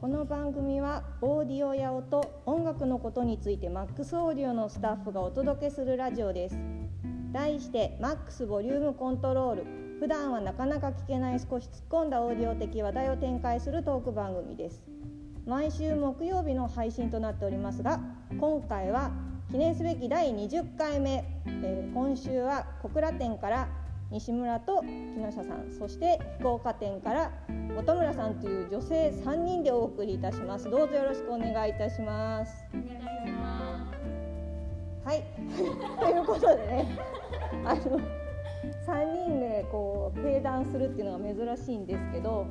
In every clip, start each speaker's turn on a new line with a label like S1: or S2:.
S1: この番組はオーディオや音音楽のことについてマックスオーディオのスタッフがお届けするラジオです題してマックスボリュームコントロール普段はなかなか聞けない少し突っ込んだオーディオ的話題を展開するトーク番組です毎週木曜日の配信となっておりますが今回は記念すべき第20回目、えー今週は小倉店から西村と木下さんそして福岡店から本村さんという女性3人でお送りいたしますどうぞよろしくお願いいたします
S2: お願いします。
S1: はい ということでねあの3人でこう閉壇するっていうのが珍しいんですけど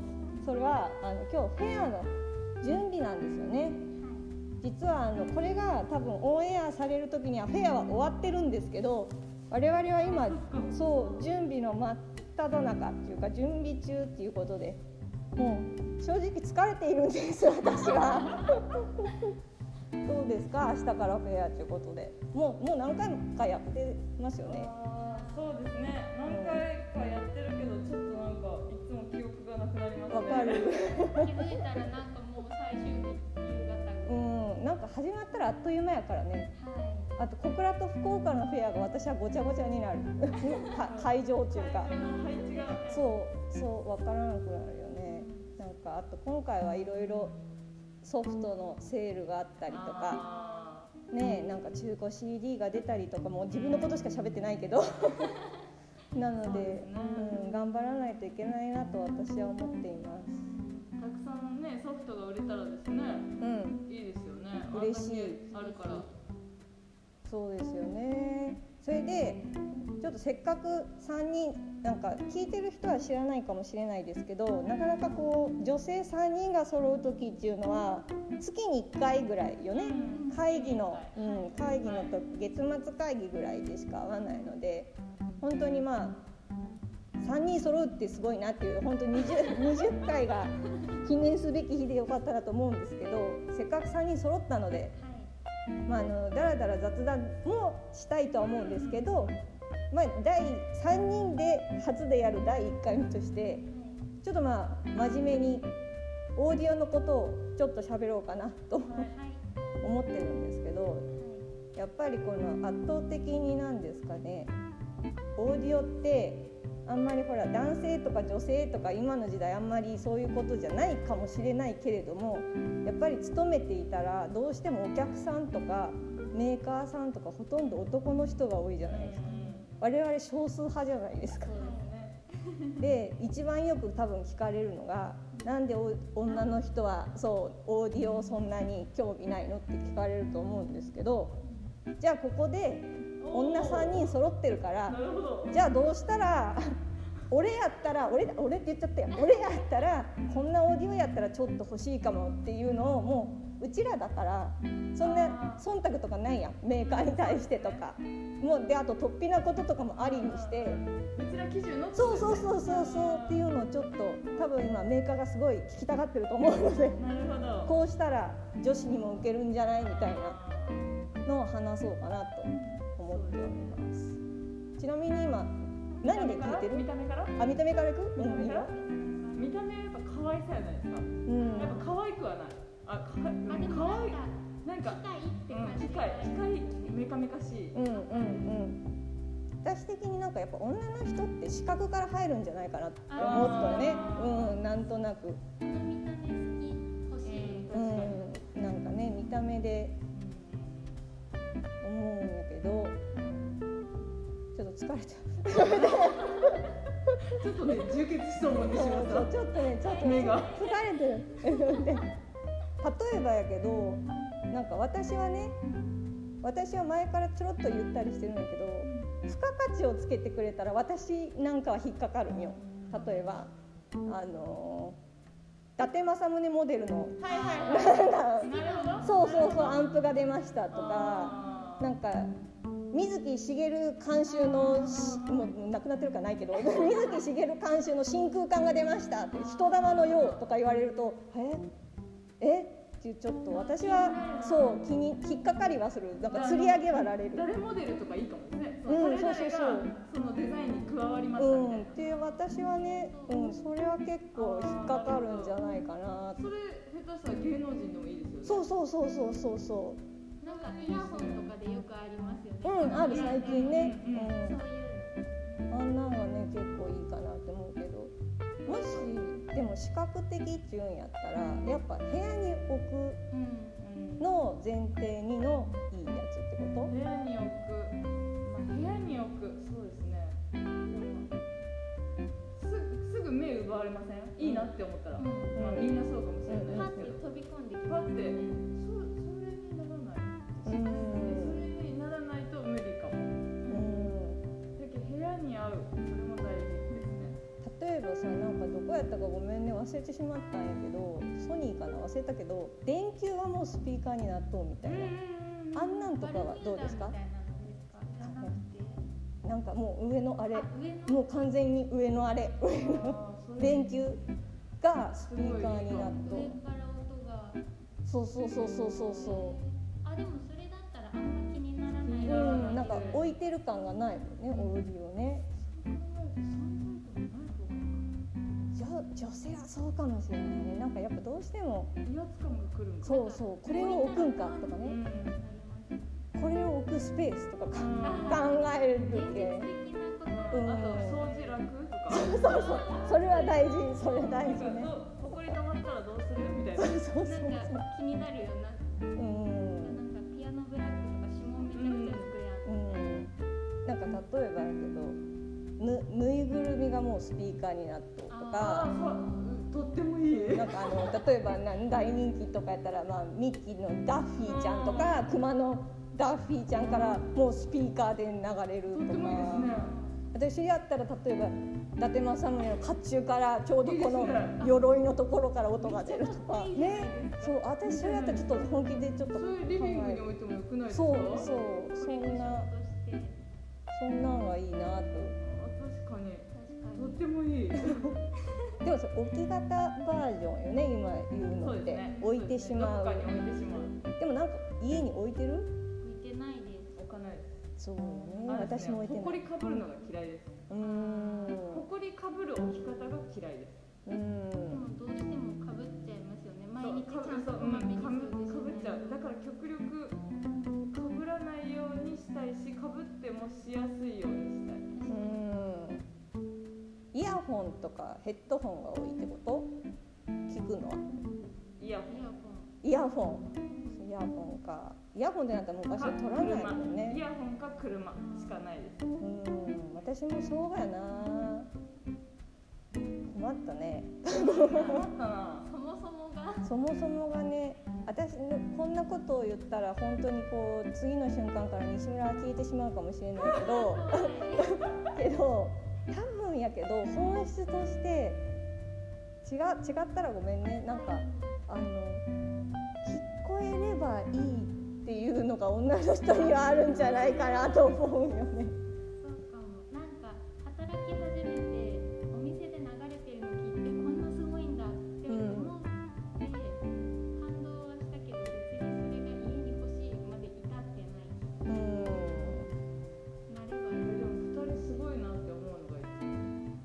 S1: それはあの今日フェアの準備なんですよね実はあのこれが多分オンエアされる時にはフェアは終わってるんですけど我々は今そう準備の真っ只中っていうか準備中っていうことでもう正直疲れているんです私は。どうですか明日からフェアということでもうもう何回かやってますよね。
S2: あーそうですね。何回かやってるけど、ちょっとなんかいつも記憶がなくなりますね。
S1: わか。る
S3: 気づいたらなんかもう最終日夕方ぐ
S1: う
S3: らい。
S1: んなんか始まったらあっという間やからね
S3: はい。
S1: あと小倉と福岡のフェアが私はごちゃごちゃになる か会場っていうか
S2: 会場の配置が
S1: そうそうわからなくなるよねなんかあと今回はいろいろソフトのセールがあったりとか
S2: あー
S1: ねえなんか中古 CD が出たりとかもう自分のことしか喋ってないけど なの
S2: そう
S1: で
S2: です、ね
S1: うん、頑張らないといけないなと私は思っています
S2: たくさんねソフトが売れたらですね。
S1: うん
S2: いいですよね。
S1: 嬉しい
S2: あんだけあるから。
S1: そうですよねそれでちょっとせっかく3人なんか聞いてる人は知らないかもしれないですけどなかなかこう女性3人が揃う時っていうのは月に1回ぐらいよね会議の、うん、会議の時月末会議ぐらいでしか会わないので本当にまあ3人揃うってすごいなっていう本当に 20, 20回が記念すべき日でよかったなと思うんですけどせっかく3人揃ったので。まあ、あのだらだら雑談もしたいとは思うんですけど、まあ、第3人で初でやる第1回目としてちょっとまあ真面目にオーディオのことをちょっと喋ろうかなと思ってるんですけどやっぱりこの圧倒的になんですかねオーディオってあんまりほら男性とか女性とか今の時代あんまりそういうことじゃないかもしれないけれどもやっぱり勤めていたらどうしてもお客さんとかメーカーさんとかほとんど男の人が多いじゃないですか我々少数派じゃないですか
S2: そうですね。
S1: で一番よく多分聞かれるのが「なんでお女の人はそうオーディオそんなに興味ないの?」って聞かれると思うんですけどじゃあここで女3人揃ってるか
S2: おー。な
S1: ら
S2: るほど。
S1: じゃあどうしたら 俺やったら俺だ俺って言っちゃったやん俺やったらこんなオーディオやったらちょっと欲しいかもっていうのをもううちらだからそんな
S2: あ
S1: 忖度とかないやんメーカーに対してとかもうであと突飛なこととかもありにして。
S2: うちら基準の。
S1: そうそうそうそうそうっていうのをちょっと多分今メーカーがすごい聞きたがってると思うので
S2: なるほど。
S1: こうしたら女子にも受けるんじゃないみたいなのを話そうかなと思っておりますちなみに今何で聞いて
S2: 見
S1: る
S2: た目から？
S1: あ見た目からいくうんいいよ
S2: 見た目やっぱ可愛さやないですか。
S1: うん
S2: やっぱ可愛くはない。あ、かわ
S3: あで
S2: い。
S3: も
S2: 可
S3: なん
S2: 愛い
S3: か。
S2: なんか。
S3: 近いって感
S2: 機
S3: じで。
S2: 械機械メカメカしい。
S1: うんうんうん私的になんかやっぱ女の人って視覚から入るんじゃないかなって思ったよね
S2: あ
S1: うんなんとなく
S3: この見た目好き欲しい。
S1: う
S2: 確かに
S1: んなんかね見た目で思うんやけどちょっと疲れちゃう
S2: ちょっとね充血しそう思ってしまっ
S1: そう
S2: た。
S1: ちょっとねちょっと
S2: 目
S1: ね
S2: が
S1: 疲れてるで例えばやけどなんか私はね私は前からちょろっと言ったりしてるんだけど付加価値をつけてくれたら私なんかは引っかかるんよ例えばあの伊達政宗モデルの
S2: はいはいはい。なる
S1: そ
S2: ほど。
S1: うそうそうアンプが出ましたとか。
S2: あー
S1: なんか水木しげる監修のしもうもう亡くなってるからないけど 水木しげる監修の真空管が出ましたって人玉のようとか言われるとええっていうちょっと私はそう気に引っかかりはするなんか釣り上げはられる。
S2: 誰モデルとかいいかもね。
S1: うん
S2: それぞ
S1: そう
S2: れ
S1: そうそう
S2: がそのデザインに加わりました
S1: う
S2: みたい
S1: ん、っていう私はね、うん、それは結構引っかかるんじゃないかな
S2: それ下手したら芸能人でもいいですよね
S1: そうそうそうそうそうそ
S3: なんかイヤホンとかでよくありますよね。
S1: ううんある最近ね、
S2: うんうん
S3: そういう
S1: う
S3: の。
S1: ん、あんなんはね結構いいかなって思うけどもしでも視覚的っていうんやったらやっぱ部屋に置く
S3: うん。
S2: うん
S1: のを前提にのいいやつってこ
S2: 部屋に置く、まあ、部屋に置くそうですねすすぐ目奪われませんいいなって思ったら、
S3: うん
S2: まあ、みんなそうかもしれ
S3: パ
S2: な
S3: ッ
S2: いです
S3: て
S2: けど、
S3: 飛び込んでき
S2: パ
S3: ま
S2: ッ
S3: す
S2: て
S3: ね。
S2: そそれにならない
S1: とうん
S2: それにならないと無理かも
S1: うん
S2: だけど部屋に合うそれも大事ですね
S1: 例えばさなんかどこやったかごめんね忘れてしまったんやけどソニーかな忘れたけど電球はもうスピーカーになっとうみたいな、
S2: ん
S1: あんなんとかはどうですか
S3: バルミューダみたいなのですかじゃなくて。
S1: なんかもう上のあれ
S3: あ上の。
S1: もう完全に上のあれ電球がスピーカーになっと
S3: 上から音が。
S1: そうそうそうそうそうそ
S3: あでもそれだったらあんま気になら
S1: う
S3: ない。
S1: うんなんか置いてる感がないもんねオーディオねじゃ女性はそうかもしれないねなんかやっぱどうしても
S2: 威圧感が来るんか
S1: そうそうこれを置くんかとか
S2: う
S1: ね
S2: ん
S1: これを置くスペースとかか
S2: あ
S1: 考える
S3: 現
S1: っ
S3: 実
S1: て
S3: 的なこと
S2: と
S1: うん
S2: 掃除楽とか
S1: そうそうそれは大事それ大事
S2: なん
S1: ね
S2: かどう埃溜まったらどうするみたい
S1: そ
S2: な
S1: うそうそうそ
S3: なんか
S1: う
S3: 気になるような。
S1: うん
S3: なんかピアノブラックとか指紋めちゃくちゃ作りあ
S1: うんなんか例えばやけどぬぬいぐるみがもうスピーカーになっとうと
S2: あ
S1: か
S2: ーそうとってもいい
S1: なんかあの例えばな大人気とかやったら、まあ、ミッキーのダッフィーちゃんとか熊のダッフィーちゃんからもうスピーカーで流れる
S2: とって
S1: と
S2: もいいですね
S1: か私やったら例えば伊達政宗の甲冑からちょうどこ
S2: いいです
S1: の鎧のところから音が出るとか
S3: いい
S1: ねそう私それやったらちょっと本気でちょっと
S2: そう
S1: 考
S2: いうリビングに置いてもよくない
S1: え
S2: ですか
S1: そう
S2: あ
S1: そうそ
S3: る。
S1: んな
S3: とし
S1: そ
S3: て
S1: んなんはいいなと。
S2: 確かに
S3: 確
S2: とっ
S3: か
S2: てもいい
S1: でもそれ置き型バージョンよね今言うの
S2: そう
S1: っ
S2: です
S1: て、
S2: ね
S1: 置いてしまう
S2: どっかに置いてしまう
S1: でもなんか家に置いてる
S3: に向いてないです。
S2: 置かないです
S1: そう
S2: あ
S1: ね
S2: れです
S1: 私も置いて
S2: ほこ
S1: ない
S2: りかぶるのが嫌いです
S1: うーん
S2: ほこりかぶる置き方が嫌いです
S1: う
S3: で
S1: ん
S3: もどうしてもかぶっちゃいますよね。毎
S2: そう
S3: 日
S2: か
S3: ちゃ
S2: ぶ
S3: んと
S2: そう
S3: こ
S2: うん
S3: ま
S2: か
S3: めに
S2: ぶ
S3: 掃
S2: かぶっ
S3: 除し
S2: ちゃ
S3: な
S2: う
S3: い
S2: だ
S3: と。
S2: から極力かぶらないようにしたいしかぶってもしやすいようにしたい
S1: うんイヤホンとかヘッドホンが多いってこと聞くのはい
S2: や
S3: イヤホ
S1: イヤホンイヤホンかイヤホンでなったら昔は取らないもん
S2: イ
S1: ね
S2: ヤホンか車しかないです
S1: うん私もそうやな困ったね
S2: あったな
S3: ン。そもそもが。
S1: そもそもがね私のこんなことを言ったら本当にこう次の瞬間から西村は聞いてしまうかもしれないけどけど多分やけど本質として違う違ったらごめんねなんかあの聞こえればいいっていうのが女の人にはあるんじゃないかなと思うよね。
S3: そうかも。なんか働き始めてお店で流れてるの聞いてこんなすごいんだって思って感動はしたけど別にそれが家に欲しいまで至ってない。
S1: うん
S3: なればい
S2: で
S3: い。
S2: も二人すごいなって思うのがいい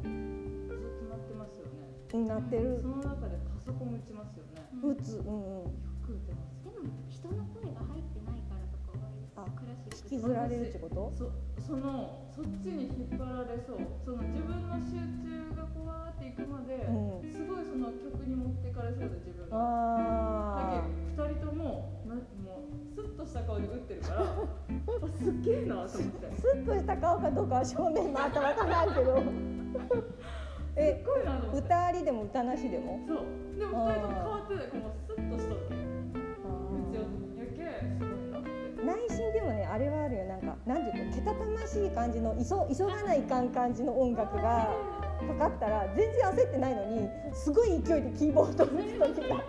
S2: ずっと鳴ってますよね
S1: なってる
S2: その中でパソコン打ちますよねよ
S1: 打つ、うんうん、
S2: く打てます
S3: でも人の声が入ってないからとかは
S1: あ
S3: クラシック
S1: 引きずられるってこと
S2: そそのそっちに引っ張られそうその自分の集中がこうわーっていくまで、
S1: うん
S2: すごいその曲に持っていかれそうで自分がだ
S1: あ
S2: けど2人ともなもうスッとした顔で打ってるから あすっげえなと思って
S1: スッとした顔かどうかは正面の頭からんけどえ
S2: すっごいなと思って
S1: 歌ありでも歌なしでも
S2: そうでも2人とも変わってないこうもうスッとしたっていう打ちよやけすごいなって
S1: 内心でもねあれはあるよなんかなんていうかけたたましい感じの急急がないかん感じの音楽がかかったら全然焦ってないのにすごい勢いでキーボードを打つ時が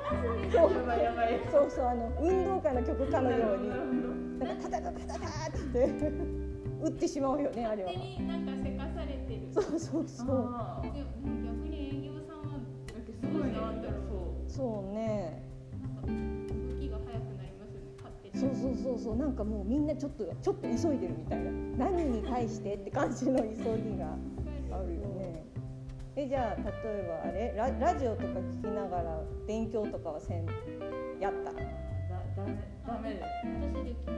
S1: そう
S2: やばいやばい
S1: そうそうあの運動会の曲かのように
S2: なる
S1: なんかタタタタタタって言って打ってしまうよねあれは
S3: 勝手になんかせかされてる。
S1: そうそう
S2: ほ
S1: そ
S2: ど
S1: う
S2: あー
S3: でも逆に営業さんは
S2: やけすごいなってそう
S1: そうね
S3: なんか動きが速くなりますよね勝手に
S1: そうそうそうそうなんかもうみんなちょっとちょっと急いでるみたいな何に対してって感じの急ぎがあるよねえじゃあ例えばあれララジオとか聞きながら勉強とかはせんやった
S2: だダメダメです
S3: 私できま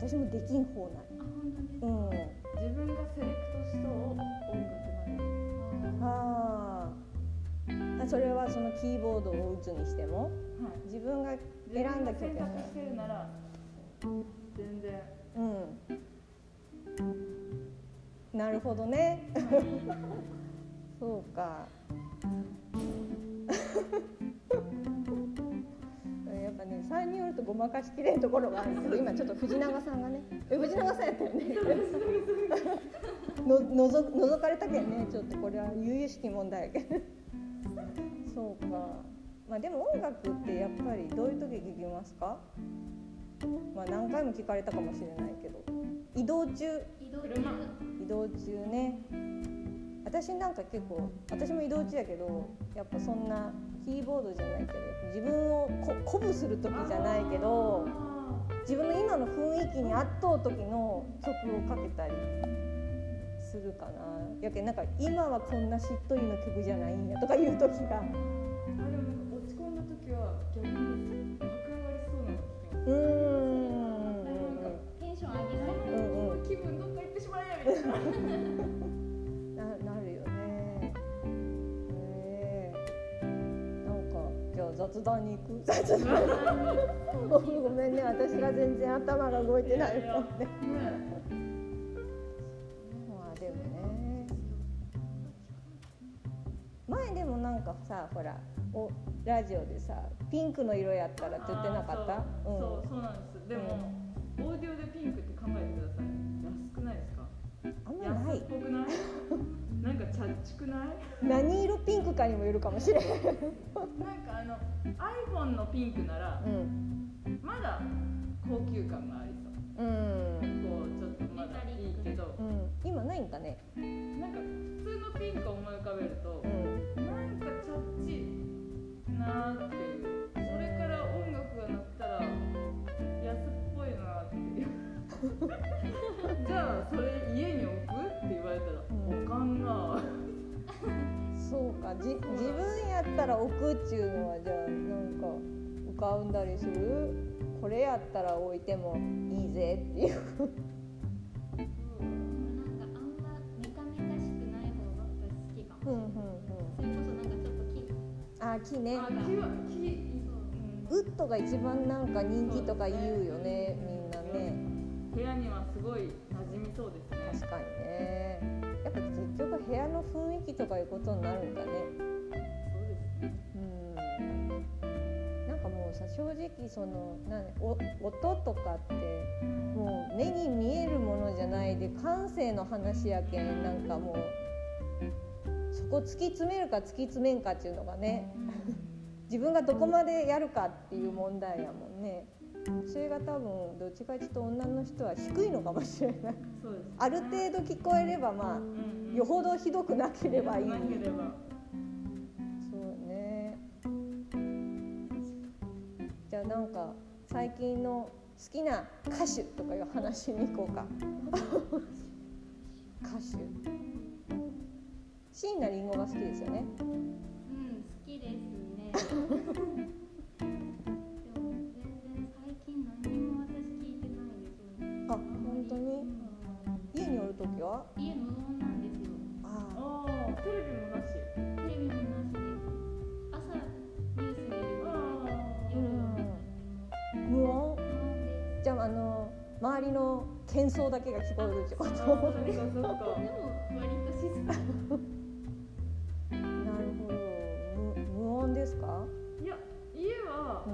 S3: す
S1: 私もできん方ない
S3: あ本当です
S1: う
S3: か、
S1: ん
S2: 自分がセレクトした音楽なの
S3: あ
S1: あーあそれはそのキーボードを打つにしても
S2: はい
S1: 自分が選んだ曲
S2: 自分
S1: や
S2: が
S1: か
S2: 選
S1: ら
S2: 択してるなら全然
S1: うんなるほどねそうかやっぱね3によるとごまかしきれんところがあるけど今ちょっと藤永さんがねえ藤永さんやったよね ののぞのぞかれたけんねちょっとこれは由々しき問題やけんそうかまあでも音楽ってやっぱりどういう時聞きますかまあ何回も聞かれたかもしれないけど移動中
S3: 移動中
S2: 車
S1: 移動中ね私なんか結構私も移動中やけどやっぱそんなキーボードじゃないけど自分をこ鼓舞する時じゃないけど自分の今の雰囲気に合っとう時の曲をかけたりするかなやけんなんか今はこんなしっとりの曲じゃないんやとかいう時が
S2: あでもなんか落ち込んだ時は逆に爆上がりそうなの聞きます
S1: うーん
S3: テンション上げない
S1: うんうん
S2: 気分どっか行ってしまえみたいな
S1: ななるよね。ねえなんかじゃあ雑談に行く。 雑談。ごめんね私が全然頭が動いてないもんね。
S2: ね
S1: まあでもね。前でもなんかさほらおラジオでさピンクの色やったらって言ってなかった
S2: あー？そうそうそうなんですでも、オーディオでピンクって考えてください安くないですか
S1: うん。あんまな
S2: 安
S1: い
S2: っ。ぽくないなんかチャッチくない
S1: 何色ピンクかにもよるかもしれない。
S2: なんかあの iPhone のピンクなら
S1: うん。
S2: まだ高級感がありそう
S1: うん。
S2: こうちょっとまだいいけど
S1: うん。今ないんかね。
S2: なんか普通のピンクを思い浮かべると
S1: うん。
S2: なんかチャッチなーっていうそれから音楽が鳴ったら安っぽいなーっていうじゃあそれ家に置くって言われたら
S1: うん
S2: 置かんなー
S1: そうかじ自分やったら置くっちゅうのはじゃあなんか浮かんだりするこれやったら置いてもいいぜっていう
S3: でもなんかあんまメカメカしくない方が私好きか
S1: ふ
S3: も
S1: んふん
S3: それこそなんかちょっとき
S1: ふんあ木ね
S2: あ木は木うん
S1: ウッドが一番なんか人気とか言うよねみんなね
S2: 部屋にはすごい馴染みそうですね
S1: 確かにねやっぱ結局部屋の雰囲気とかいうことになるんだね
S2: そうですね
S1: うんなんかもうさ正直そのなんお音とかってもう目に見えるものじゃないで感性の話やけんなんかもうそこ突き詰めるか突き詰めんかっていうのがね 自分がどこまでやるかっていう問題やもんねそれが多分どっちかちょっと女の人は低いのかもしれない
S2: そうです
S1: ある程度聞こえればま
S2: う
S1: あ
S2: ん
S1: よほどひどくなければいい
S2: なければ
S1: そうねじゃあなんか最近の好きな歌手とかいう話に行こうか歌手椎名林檎が好きですよね
S3: うん好きですねでも全然最近何も私聞いてないんですよね
S1: あ本当に家におる時は
S3: 家無音なんですよ
S1: あ
S2: ああテレビもなし
S3: テレビもなしで朝ニュース見る
S2: あ
S1: あ
S3: 夜は
S1: 無音
S3: 無音です
S1: じゃああの周りの喧騒だけが聞こえるってこ
S2: あ
S1: と
S2: そ
S1: な
S2: っ
S1: る
S2: かそっか
S3: でも割と静か
S1: ほど無無音ですか、
S2: いや家は
S1: う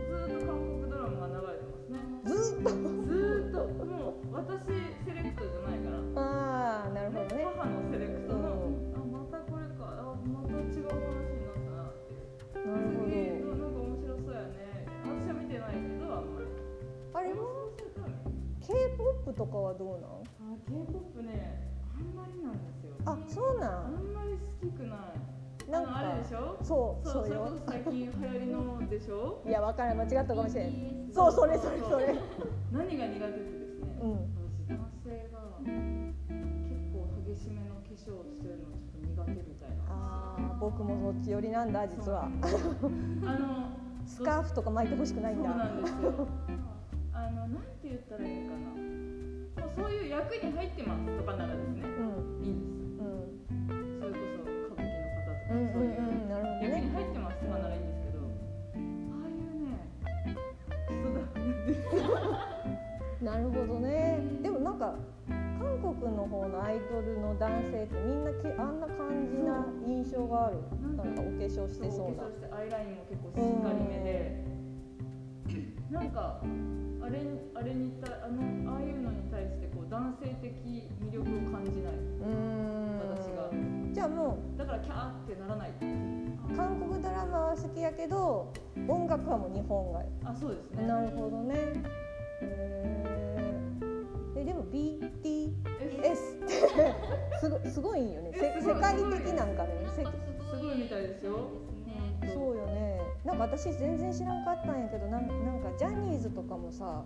S2: ずーっと韓国ドラマが流れてますね
S1: ん、ずっと
S2: ずーっともう私セレクトじゃないから
S1: ああなるほどね
S2: 母のセレクトの
S1: う
S2: あまたこれかあまた違う話になったなって
S1: なるほ
S2: えー
S1: ど
S2: なんか面白そうやね私は見てないけどあんまり
S1: あれは
S2: 面白そうやね
S1: K-POP とかはどうなん
S2: あ K-POP ねあんまりなんですよ
S1: あそうな
S2: あん
S1: ん
S2: まり好きくない
S1: な
S2: あ
S1: ん
S2: のあれで
S1: か
S2: しょ
S1: そう
S2: そ
S1: そうう
S2: それこ
S1: よ
S2: そ最近流行りのでしょ
S1: いやわからん間違ったかもしれん
S3: BTS
S1: そうそれそれそれ
S2: 何が苦手ってですね、
S1: うん
S2: 私男性が結構激しめの化粧をしてるのちょっと苦手みたいな
S1: 僕もそっち寄りなんだ実は
S2: あの
S1: スカーフとか巻いてほしくないん
S2: そうな
S1: だ
S2: んですよあのなんて言ったらいいのかなもうそういう役に入ってますとかならですね
S1: うん
S2: いいん
S1: うん
S2: ですそれこそ歌舞伎の方とか、
S1: うんう
S2: そういうん
S1: うんなるほど
S2: 役に
S1: ね
S2: 入ってますとかならいいんですけどああいうねクソだ
S1: なるほどねでもなんか韓国の方のアイドルの男性ってみんなけあんな感じな印象がある
S2: そう
S1: なんかお化粧してそうな
S2: そうしてアイラインも結構しっかりめで、なんかあれにあれにたあのああいうのに対してこう男性的魅力を感じない
S1: ー
S2: う
S1: ん
S2: 私が
S1: じゃあも
S2: だからキャーってならないう
S1: 韓国ドラマは好きやけど音楽はもう日本が
S2: あそうですね
S1: なるほどねへーえでも BTS
S2: え
S1: すごすごいよね
S2: え
S1: せ
S2: すごい
S1: 世界的なんかね
S3: なんかす
S2: す
S3: ご
S2: ご
S3: い
S2: いみたいですよ
S3: ね
S1: せそうよねなんか私全然知らんかったんやけどなんなんかジャニーズとかもさ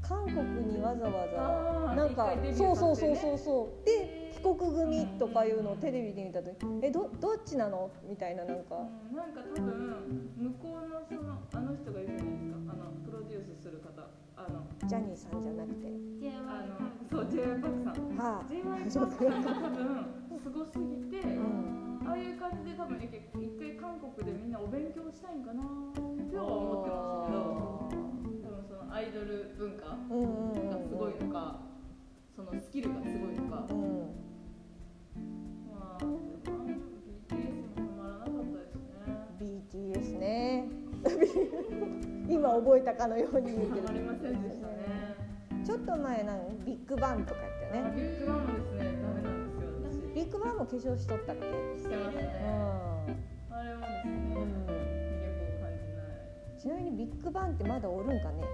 S1: 韓国にわざわざ
S2: あー
S1: なんか
S2: 一回デビュー
S1: そうそう
S2: させ
S1: そう
S2: て
S1: そうそうで帰国組とかいうのをテレビで見た時えどどっちなのみたいななんか
S2: うんなんか多分向こうのそのあの人がいるじゃないですかあのプロデュースする方あの
S1: ジャニーさんじゃなくて
S3: はい
S2: あの
S3: JY パーク
S2: そう j y パクさん j
S1: は
S2: y パクさんが多分すごすぎて、
S1: あ、うん、
S2: ああいう感じで多分一回韓国でみんなお勉強したいんかなっては思ってましたけど多分そのアイドル文化が
S1: うんうんうんうん
S2: すごいのかそのスキルがすごいのか
S1: うん
S2: まあでも BTS もはまらなかったですね
S1: BTS ね今覚えたかのように言うけ
S2: は
S1: ど
S2: まりませんでしたね
S1: ちょっと前なんビッグバンとかやったよね
S2: ビッグマンもですねダメなんですよ
S1: ビッグバンも化粧しとったっけ
S2: 私してます
S1: う
S2: ね
S1: ん、
S2: あれもですね魅力を感じない
S1: ちなみにビッグバンってまだおるんかね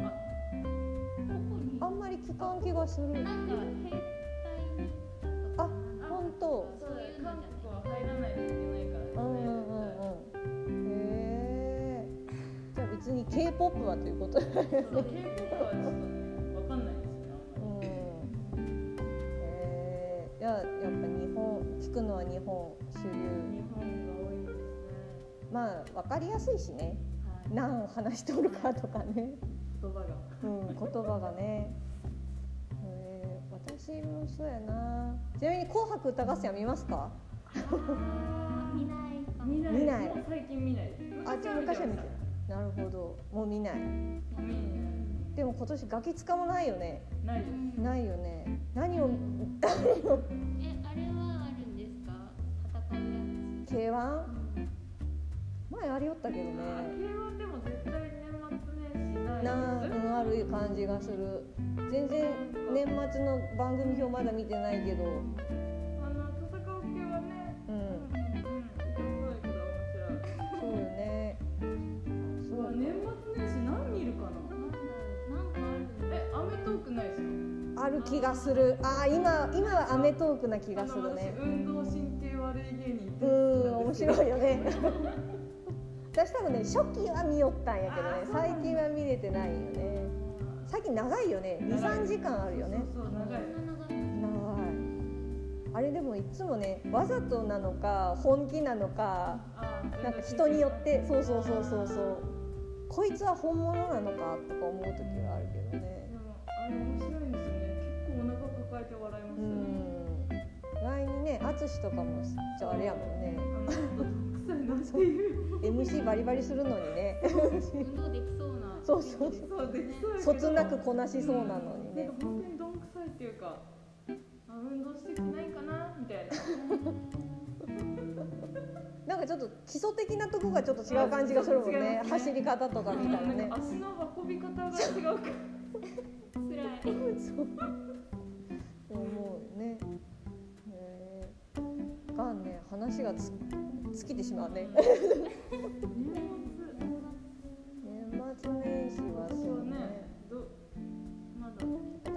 S3: どこに
S1: あんまり聞かん気がする
S3: なんか兵隊に
S1: あ本当
S2: そう韓国は入らないといけないからです
S1: う
S2: ね
S1: んうんうんうんへえじゃあ別に k p o p はということ
S2: そう K-POP はちょっとねわかんないですねあんまり
S1: うんへえいややっぱ日本聞くのは日本主流
S2: 日本が多いですね
S1: まあ分かりやすいしね
S2: はい
S1: 何を話しておるかとかね、
S2: 言葉が
S1: うん、言葉がね、えー私もそうやなちなみに「紅白歌合戦」は見ますか
S3: あー見ないかも
S2: 見ない
S1: 見ない
S2: もう最近見ないです
S1: あじゃあ昔は見て
S2: る
S1: るなるほどもう見ない
S2: 見
S1: でも今年ガキつかもないよね
S2: ないないで
S3: うん
S1: ないよね何を
S3: えあれはあるんですか戦うや
S1: k 1
S3: つ
S1: 前ありよったけど
S2: すあ
S1: ね
S2: K-1 でも絶対年末年始ない
S1: な
S2: です
S1: うんある感じがする全然年末の番組表まだ見てないけど
S2: あの戦う系はね
S1: う
S2: うん
S1: ん
S2: うんそうだけど面
S1: そうよねあそ
S2: 白いうわ
S1: う
S2: 年末年始何人いるかな
S3: なんだろうなんかあるんだ
S2: え、アメトークないですよ。
S1: ある気がするああ今今はアメトークな気がするね
S2: あの私運動神経悪い芸人って
S1: うーん面白いよね 私多分ね初期は見よったんやけどね
S2: あーそうなん
S1: 最
S2: だ
S1: 近は見れてないよね最近長いよね
S2: 長い
S1: 23時間あるよね
S2: そうそう長い。
S3: そんな長
S1: 長
S3: い
S1: いあれでもいつもねわざとなのか本気なのか
S2: あー
S1: なんか人によってそうそうそうそうそうこいつは本物なのかとか思う時はあるけど
S2: で
S1: ね
S2: もあれ面白いんですよね。結構お腹抱えて笑いま
S1: う
S2: すよね。
S1: ん前にね淳とかもじゃああれやもんね
S2: あのちょっと臭いなっていう。
S1: MC バリバリするのにね
S3: 運動できそうな
S1: そうそう
S2: そうできそうやけど
S1: そつなくこなしそうなのに
S2: なん
S1: ね
S2: か本当にどんくさいっていうか。あ運動してきてないかなみたいな。
S1: なんかちょっと基礎的なとこがちょっと違う感じがするもん
S2: 違い
S1: ね
S2: ますね
S1: 走り方とかみたいな
S2: な
S1: ね
S2: んか足の運び方が違うから。
S3: 辛い
S1: そう思うよねねえがんね話がつ尽きてしまうね
S2: 年末
S1: 年末年始はそ
S2: そうう
S1: ね
S2: ね。どまだ。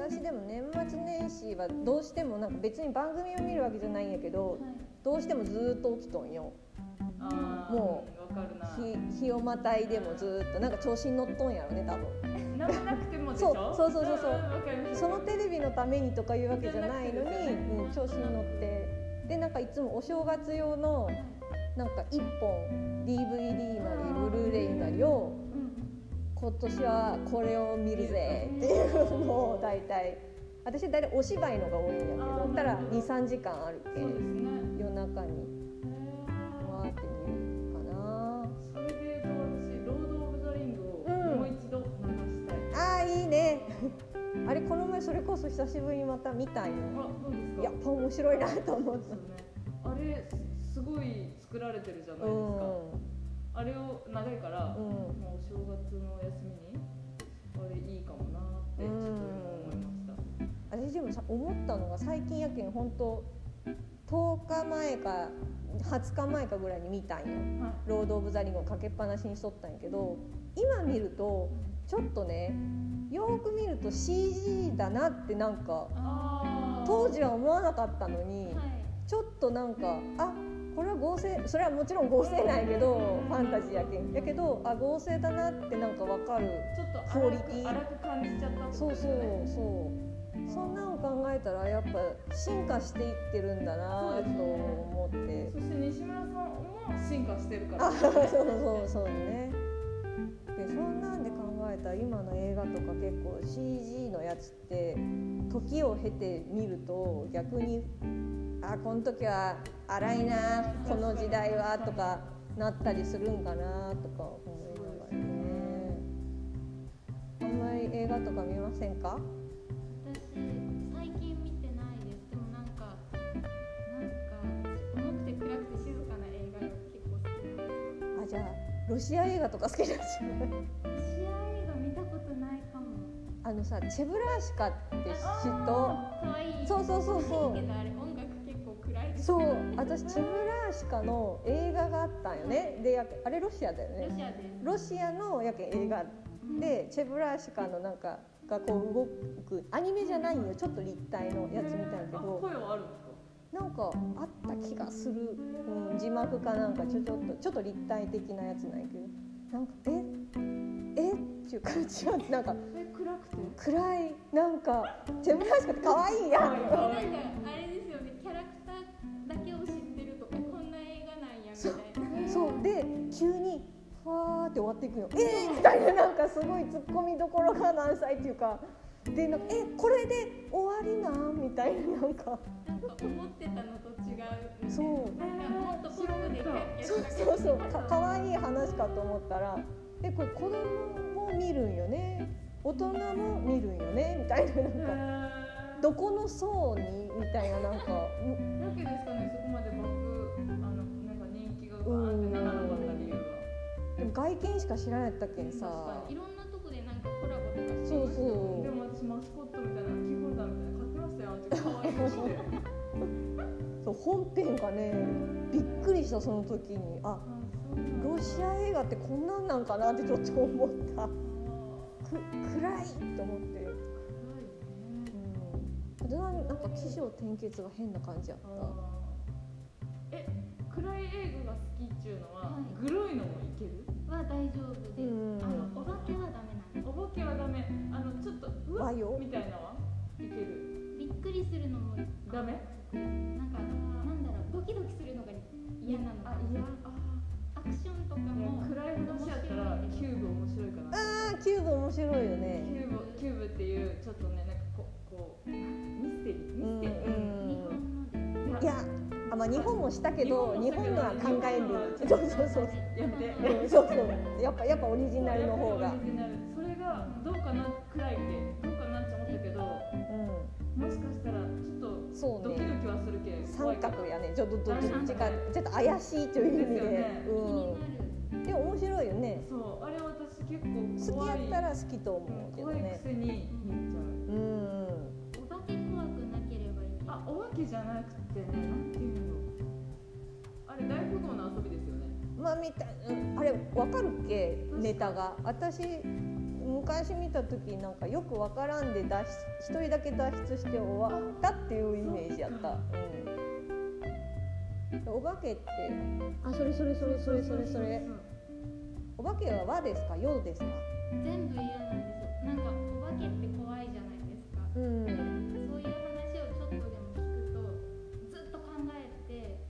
S1: 私でも年末年始はどうしてもなんか別に番組を見るわけじゃないんやけどどうしてもずーっと起きとんよ
S2: あー
S1: も
S2: わかるな。
S1: 日日をまたいでもずーっとなんか調子に乗っとんやろね多分
S2: なんもなくてもでし
S1: そう
S2: ょ。
S1: そうそうそうそうん
S2: んわかります
S1: そのテレビのためにとかいうわけじゃないのに、
S2: じゃなくてね
S1: うん、調子に乗ってでなんかいつもお正月用の
S3: はい
S1: なんか1本 DVD なりブルーレイなりを
S3: うん
S1: 今年はこれを見るぜっていうのを大体私大体お芝居のが多いんだけ
S2: あ
S1: ど
S2: ー
S1: たら
S2: なるほど
S1: 23時間あるけ
S2: そうですね
S1: 夜中に
S2: へ
S1: わーって見るかな
S2: ーそれで言うと私「ロード・オブ・ザ・リング」をもう一度流したい、
S1: あーいいね あれこの前それこそ久しぶりにまた見たんよ
S2: あどうですか
S1: やっぱ面白いなと思っ
S2: です
S1: た
S2: よねあれすすごい作られてるじゃな
S1: う
S2: いですか、
S1: ん
S2: あれを長いから、
S1: うん
S2: もうお正月の休みにあれいいかもなってちょっと今思いました、
S1: 私でもさ思ったのが最近やけん本当10日前か20日前かぐらいに見たんよ
S2: はい
S1: 「ロード・オブ・ザ・リング」をかけっぱなしにしとったんやけど今見るとちょっとねよーく見ると CG だなってなんか
S2: あー
S1: 当時は思わなかったのに
S3: はい
S1: ちょっとなんかあこれは合成それはもちろん合成なんやけどファンタジーやけんやけどあ合成だなってなんかわかる
S2: ちょっと
S1: クオ
S2: 荒
S1: リ
S2: く
S1: ティ
S2: 荒く感じちゃったってこ
S1: そ
S2: と
S1: う
S2: です
S1: そ
S2: よ
S1: う
S2: ね
S1: そうそんなん考えたらやっぱ進化していってるんだなと思って
S2: そして西村さんも進化してるから
S1: あそうそうそうねでそんなんで考えたら今の映画とか結構 CG のやつって時を経て見ると逆にあこの時は荒いなこの時代はとかなったりするんかなとか思いながらねあんまり映画とか見ませんか
S3: 私最近見てないですでもなんかなんか重くて暗くて静かな映画が結構好き
S1: あじ
S3: で
S1: ゃあロシア映画とか好きなんですよね
S3: す試合映画見たことないかも
S1: あのさチェブラーシカって人
S3: かわいい
S1: そうそうそうそう
S3: 可愛いけどあれ音楽結構暗いです
S1: そう私チェブラーシカの映画があったんよねでやけあれロシアだよ
S3: ロシ
S1: ね
S3: アです
S1: ロシアのやけ映画でチェブラーシカのなんかがこう動くアニメじゃないんよちょっと立体のやつみたいだけ
S2: あ
S1: ど
S2: 声はあるんですか
S1: なんかあった気がする、うん、字幕かなんかちょちょっとちょっと立体的なやつなんやけどなんかええっていう感じはなんか
S2: え暗くて
S1: 暗いなんかチェブラシカって可愛いやん
S3: なんかあれですよねキャラクターだけを知ってるとかこんな映画なんやみたいな
S1: そうで急にファーって終わっていくよ「えー!」みたいななんかすごいツッコミどころが何歳っていうかでなんか「えこれで終わりなん?」みたいななんか
S3: なんか思ってたのと違うみたいな
S1: そう
S3: なんかもっとポップでキャッキャ
S1: そう
S3: した
S1: そうそうかかわいい話かと思ったら「えこれ子供も見るんよね大人も見るんよね」みたいな
S2: へ
S1: なんか「
S2: ー
S1: どこの層に?」みたいななんか
S2: だけですかねそこまでバあのなんか人気がバーンってならなかった理由は
S1: でも外見しか知らないったけんさ
S3: 確かにいろんなとこでなんかコラボとかしてました
S1: そ
S3: よ
S1: うそ
S3: ね
S2: で
S1: う
S2: も私マスコットみたいなキーホルダーみたいなの買ってましたよあの時可愛いですね
S1: そう本編がねびっくりしたその時にあ
S2: あそうなんだ
S1: ロシア映画ってこんなんなんかなってちょっと思った
S2: あー暗い
S1: く暗いと思っ
S2: ね
S1: て、うん、でななんか起承転結が変な感じやっ
S2: あ
S1: た
S2: ーえ暗い映画が好きっちゅうのは、
S3: はい
S2: グロいのもいける
S3: は大丈夫です、
S1: うん
S3: あのお化けはダメなん
S2: お
S3: で
S2: 化けはダメあのちょっとうわ
S1: 和洋
S2: みたいなはいける
S3: すびっくりするのも
S2: ダメ
S3: なんかなんだろうドキドキするのが嫌なの
S2: あいや
S3: アクションとか
S2: あーもう
S3: も
S2: 暗い話やったらキューブ面白いかな
S1: あーキューブ面白いよ
S2: キ
S1: ね
S2: ューブキューブっていうちょっとねなんかこうこうミステリー
S1: う
S2: ミ
S1: んう
S2: ステリー、
S3: 日
S1: ん
S3: 本のです
S1: いやあまあ日本もしたけど日
S2: 日
S1: 本
S2: 本
S1: の
S2: の
S1: は
S2: は
S1: 考える
S2: 日
S1: そう
S2: 本
S1: そうそう
S2: やめて
S1: うんそうそうやっぱやっぱオリジナルの方が
S2: やっぱりオリジナルそれがどうかな暗いってどうかなって思ったけど
S1: う
S2: もしかしたらちょっと
S1: んそう
S2: ドキド
S1: ね
S2: キはするけん
S1: 三
S2: 怖いかな
S1: 角やねちょっとどどっ
S2: 三角
S1: ちかちょっと怪しいという意味で
S2: ですよね
S1: う
S3: 気になる、
S1: んでも面白いよね
S2: そうあれ私結構
S1: 好きや
S2: 怖い
S1: ったら好きと思うけど
S2: 怖いく
S1: ね
S2: せに見ちゃう
S1: うん
S3: お化け怖くなければいけな
S2: あ
S3: い
S2: お化けじゃなくてねなんていうのあれ大富豪の遊びですよね
S1: まあ見た、うん、あれわかるっけネタが私昔見た時なんかよくわからんで脱出一人だけ脱出して終わったっていうイメージやった、うん、お化けってあそれそれそれそれそれそれ
S2: そう
S1: お化けは和ですか洋ですか
S3: 全部嫌なんですなんかお化けって怖いじゃないですか
S1: うん
S3: そういう話をちょっとでも聞くとずっと考えて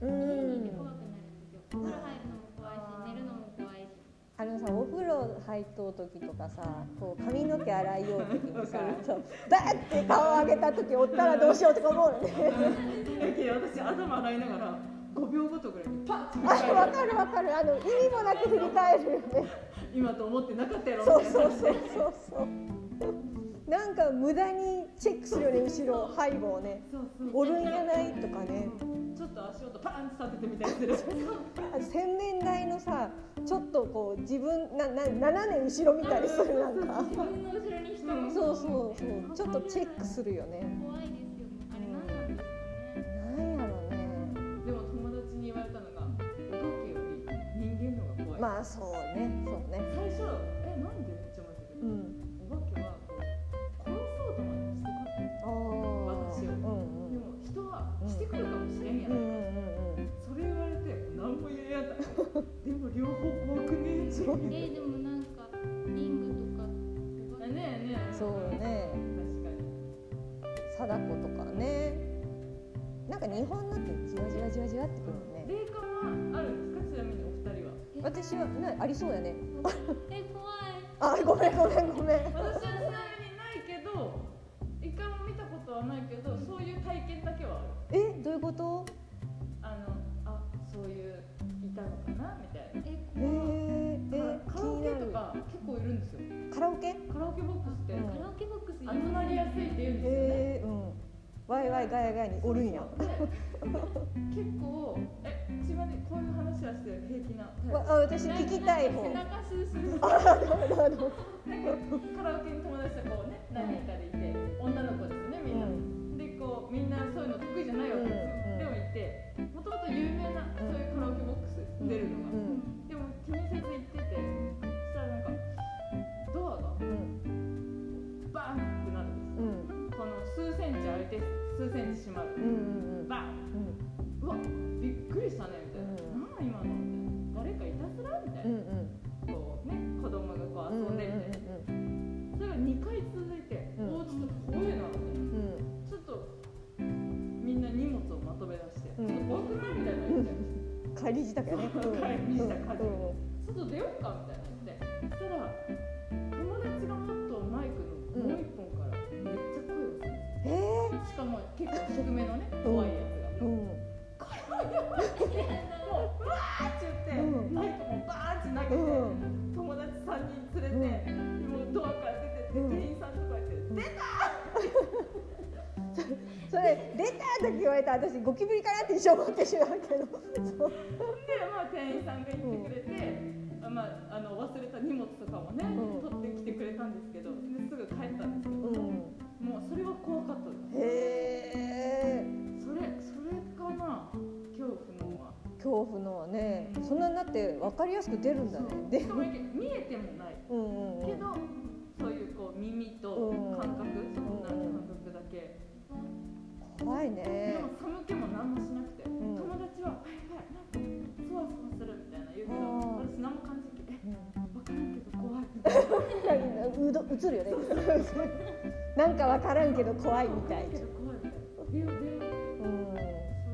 S1: 入っとう時とかさこう髪の毛洗いよう時に さ
S2: わかる
S1: そうバーって顔上げた時おったらどうしようとか思うのね
S2: だけど私頭洗いながら5秒ごとぐらいにパッて振り
S1: あわ
S2: 返る
S1: かるわかるあの意味もなく振り返るよね
S2: 今と思ってなかったやろ
S1: そう
S2: みたい
S1: そ
S2: な
S1: うそうそうそうなんか無駄にチェックするよね後ろ背後をね
S2: そうそう
S1: おるんやないとかね
S2: ちょっと足音パンって立ててみたりする
S1: あ洗面台のさちょっとこう自分なな斜め後ろ見たりするなんか
S3: 自分の後ろに人が
S1: そうそうそうちょっとチェックするよね
S3: 怖いですよねあれ何なんですかね
S1: なんやろね
S2: でも友達に言われたのがお化けより人間の方が怖い、
S1: まあそうねそうね
S2: 最初えなんでって思ってた
S1: う
S2: けど、
S1: ん
S2: お化けはこう殺そうとまでしてこない
S1: ああ
S2: 私
S1: う
S2: を
S1: ん
S2: でも人はしてくるかもしれんや、
S1: うんうんうんんうん
S2: それ言われて何も言えやんかったでも両方怖くねえって
S1: そう
S3: えでもなんかリングとかお化
S2: あ
S3: け
S2: ねえねえ
S1: そうね
S2: 確かに
S1: 貞子とかねなんか日本のってじわじわじわじわってくるよね
S2: 霊感はあるんですかちなみにお二人は
S1: 私はなありそうだね
S3: え怖い
S1: あごめんごめんごめん
S2: 私はちなみにないけど一回も見たことはないけどそういう体験だけはある
S1: えどういうこと
S2: あのあそういういたのかなみたいな
S3: え
S1: え
S3: 怖い
S1: ー、え
S2: カ
S1: 気
S2: ラオ
S1: に
S2: ケ
S1: な
S2: と
S1: る
S2: か結構いるんですよ
S1: カラオケ
S2: カラオケボックスって
S1: うん
S3: カラオケボックスいま
S2: 集
S3: すね
S2: まりやすいって言うんですよね、
S1: えー、うんワイワイガヤガヤにおるんや
S2: で結構え自分でこういう話はしてる平気なタイ
S1: わあ私聞きたい方
S2: プ背中スースー
S1: あなるほどなるほど
S2: カラオケに友達とこうね何人かでいて女の子ですよねみ
S1: うん
S2: な、
S1: ん
S2: でこうみんなそういうの得意じゃないわけですよ、
S1: うん
S2: でも行ってもともと有名なそういうカラオケボックス出るの
S1: う
S2: が、
S1: ん
S2: でも気にせず行っててそしたらなんかドアが
S1: うん
S2: バーンってなるんで
S1: うん
S2: すこの数センチ開いて数センチ閉
S1: う
S2: ま
S1: んうん
S2: るバーンうわびっくりしたねみたいな、なん、今のみたいな誰かいたずらみたい
S1: うんうんうんう
S2: な、
S1: ん
S2: こうね子供がこう
S1: うんうんうん
S2: 遊んでみたいな、それが2回続いて、
S1: うん
S2: おおちょっと怖えなみたいな
S1: うん
S2: ちょっとみんな荷物をまとめ出して、
S1: うん
S2: ちょっと怖くないみたいな言って、
S1: 帰り支度やね
S2: そう帰り支度
S1: うんうん
S2: 外出ようかみたいな言って、そしたら友達が持っとうマイクのもう一本からめっちゃ声をする、
S1: えー
S2: しかも結構低めのね、怖いや
S1: う
S2: つが。
S1: ん
S2: もううわーって言って、
S1: うん
S2: マイクもバーンって投げて、
S1: うん
S2: 友達3人連れて、もうドアから出てって、
S1: うん
S2: 店員さんとかやって、
S1: ん
S2: 出
S1: それ出た時言われたら私ゴキブリかなって一生思ってしまうけどそう
S2: で、まあ、店員さんが行ってくれて、あまあ、あの忘れた荷物とかもね、
S1: うん
S2: 取ってきてくれたんですけどですぐ帰ったんですけど、
S1: うん
S2: もうそれは怖かったで
S1: へえ
S2: すそれそれかな恐怖のは
S1: 恐怖のはねそんなになって分かりやすく出るんだね
S2: そう
S1: で
S2: しかも見えてもない
S1: うんうんう
S2: け
S1: ん
S2: ど、そういうこう耳と
S1: うん
S2: 感覚、そんな感覚だけ、
S1: 怖いね
S2: でも寒気も何もしなくて、
S1: ん
S2: 友達は「はいはいなんかそわそわする」みたいな言うけど
S1: あー
S2: 私何も感じて「え
S1: うん
S2: 分からんけど怖い」みたいな。
S1: うど映るよねなんか分からんけど 怖いみたい
S2: 怖いみたいな。でで
S1: うん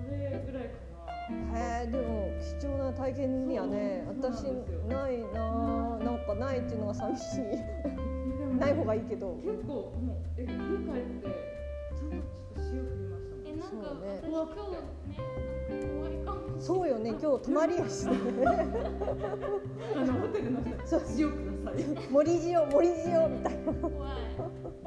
S2: それぐらいか
S1: へえでも貴重な体験にはね
S2: そう
S1: 私
S2: そうなんですよ
S1: ないなあなんかないっていうのが寂しい
S2: な。
S1: ない方
S2: が
S1: がいいけど
S2: 結構もうえ家帰ってちゃんとちょっと塩振りましたもん。
S3: えな
S1: そ
S3: んか
S1: うね
S3: 私今日ねなんか怖いかもしれない
S1: そうよね今日泊まりやし
S2: あのホテルの人に
S1: そう
S2: 塩ください。
S1: 森塩森塩みたいな
S3: 怖い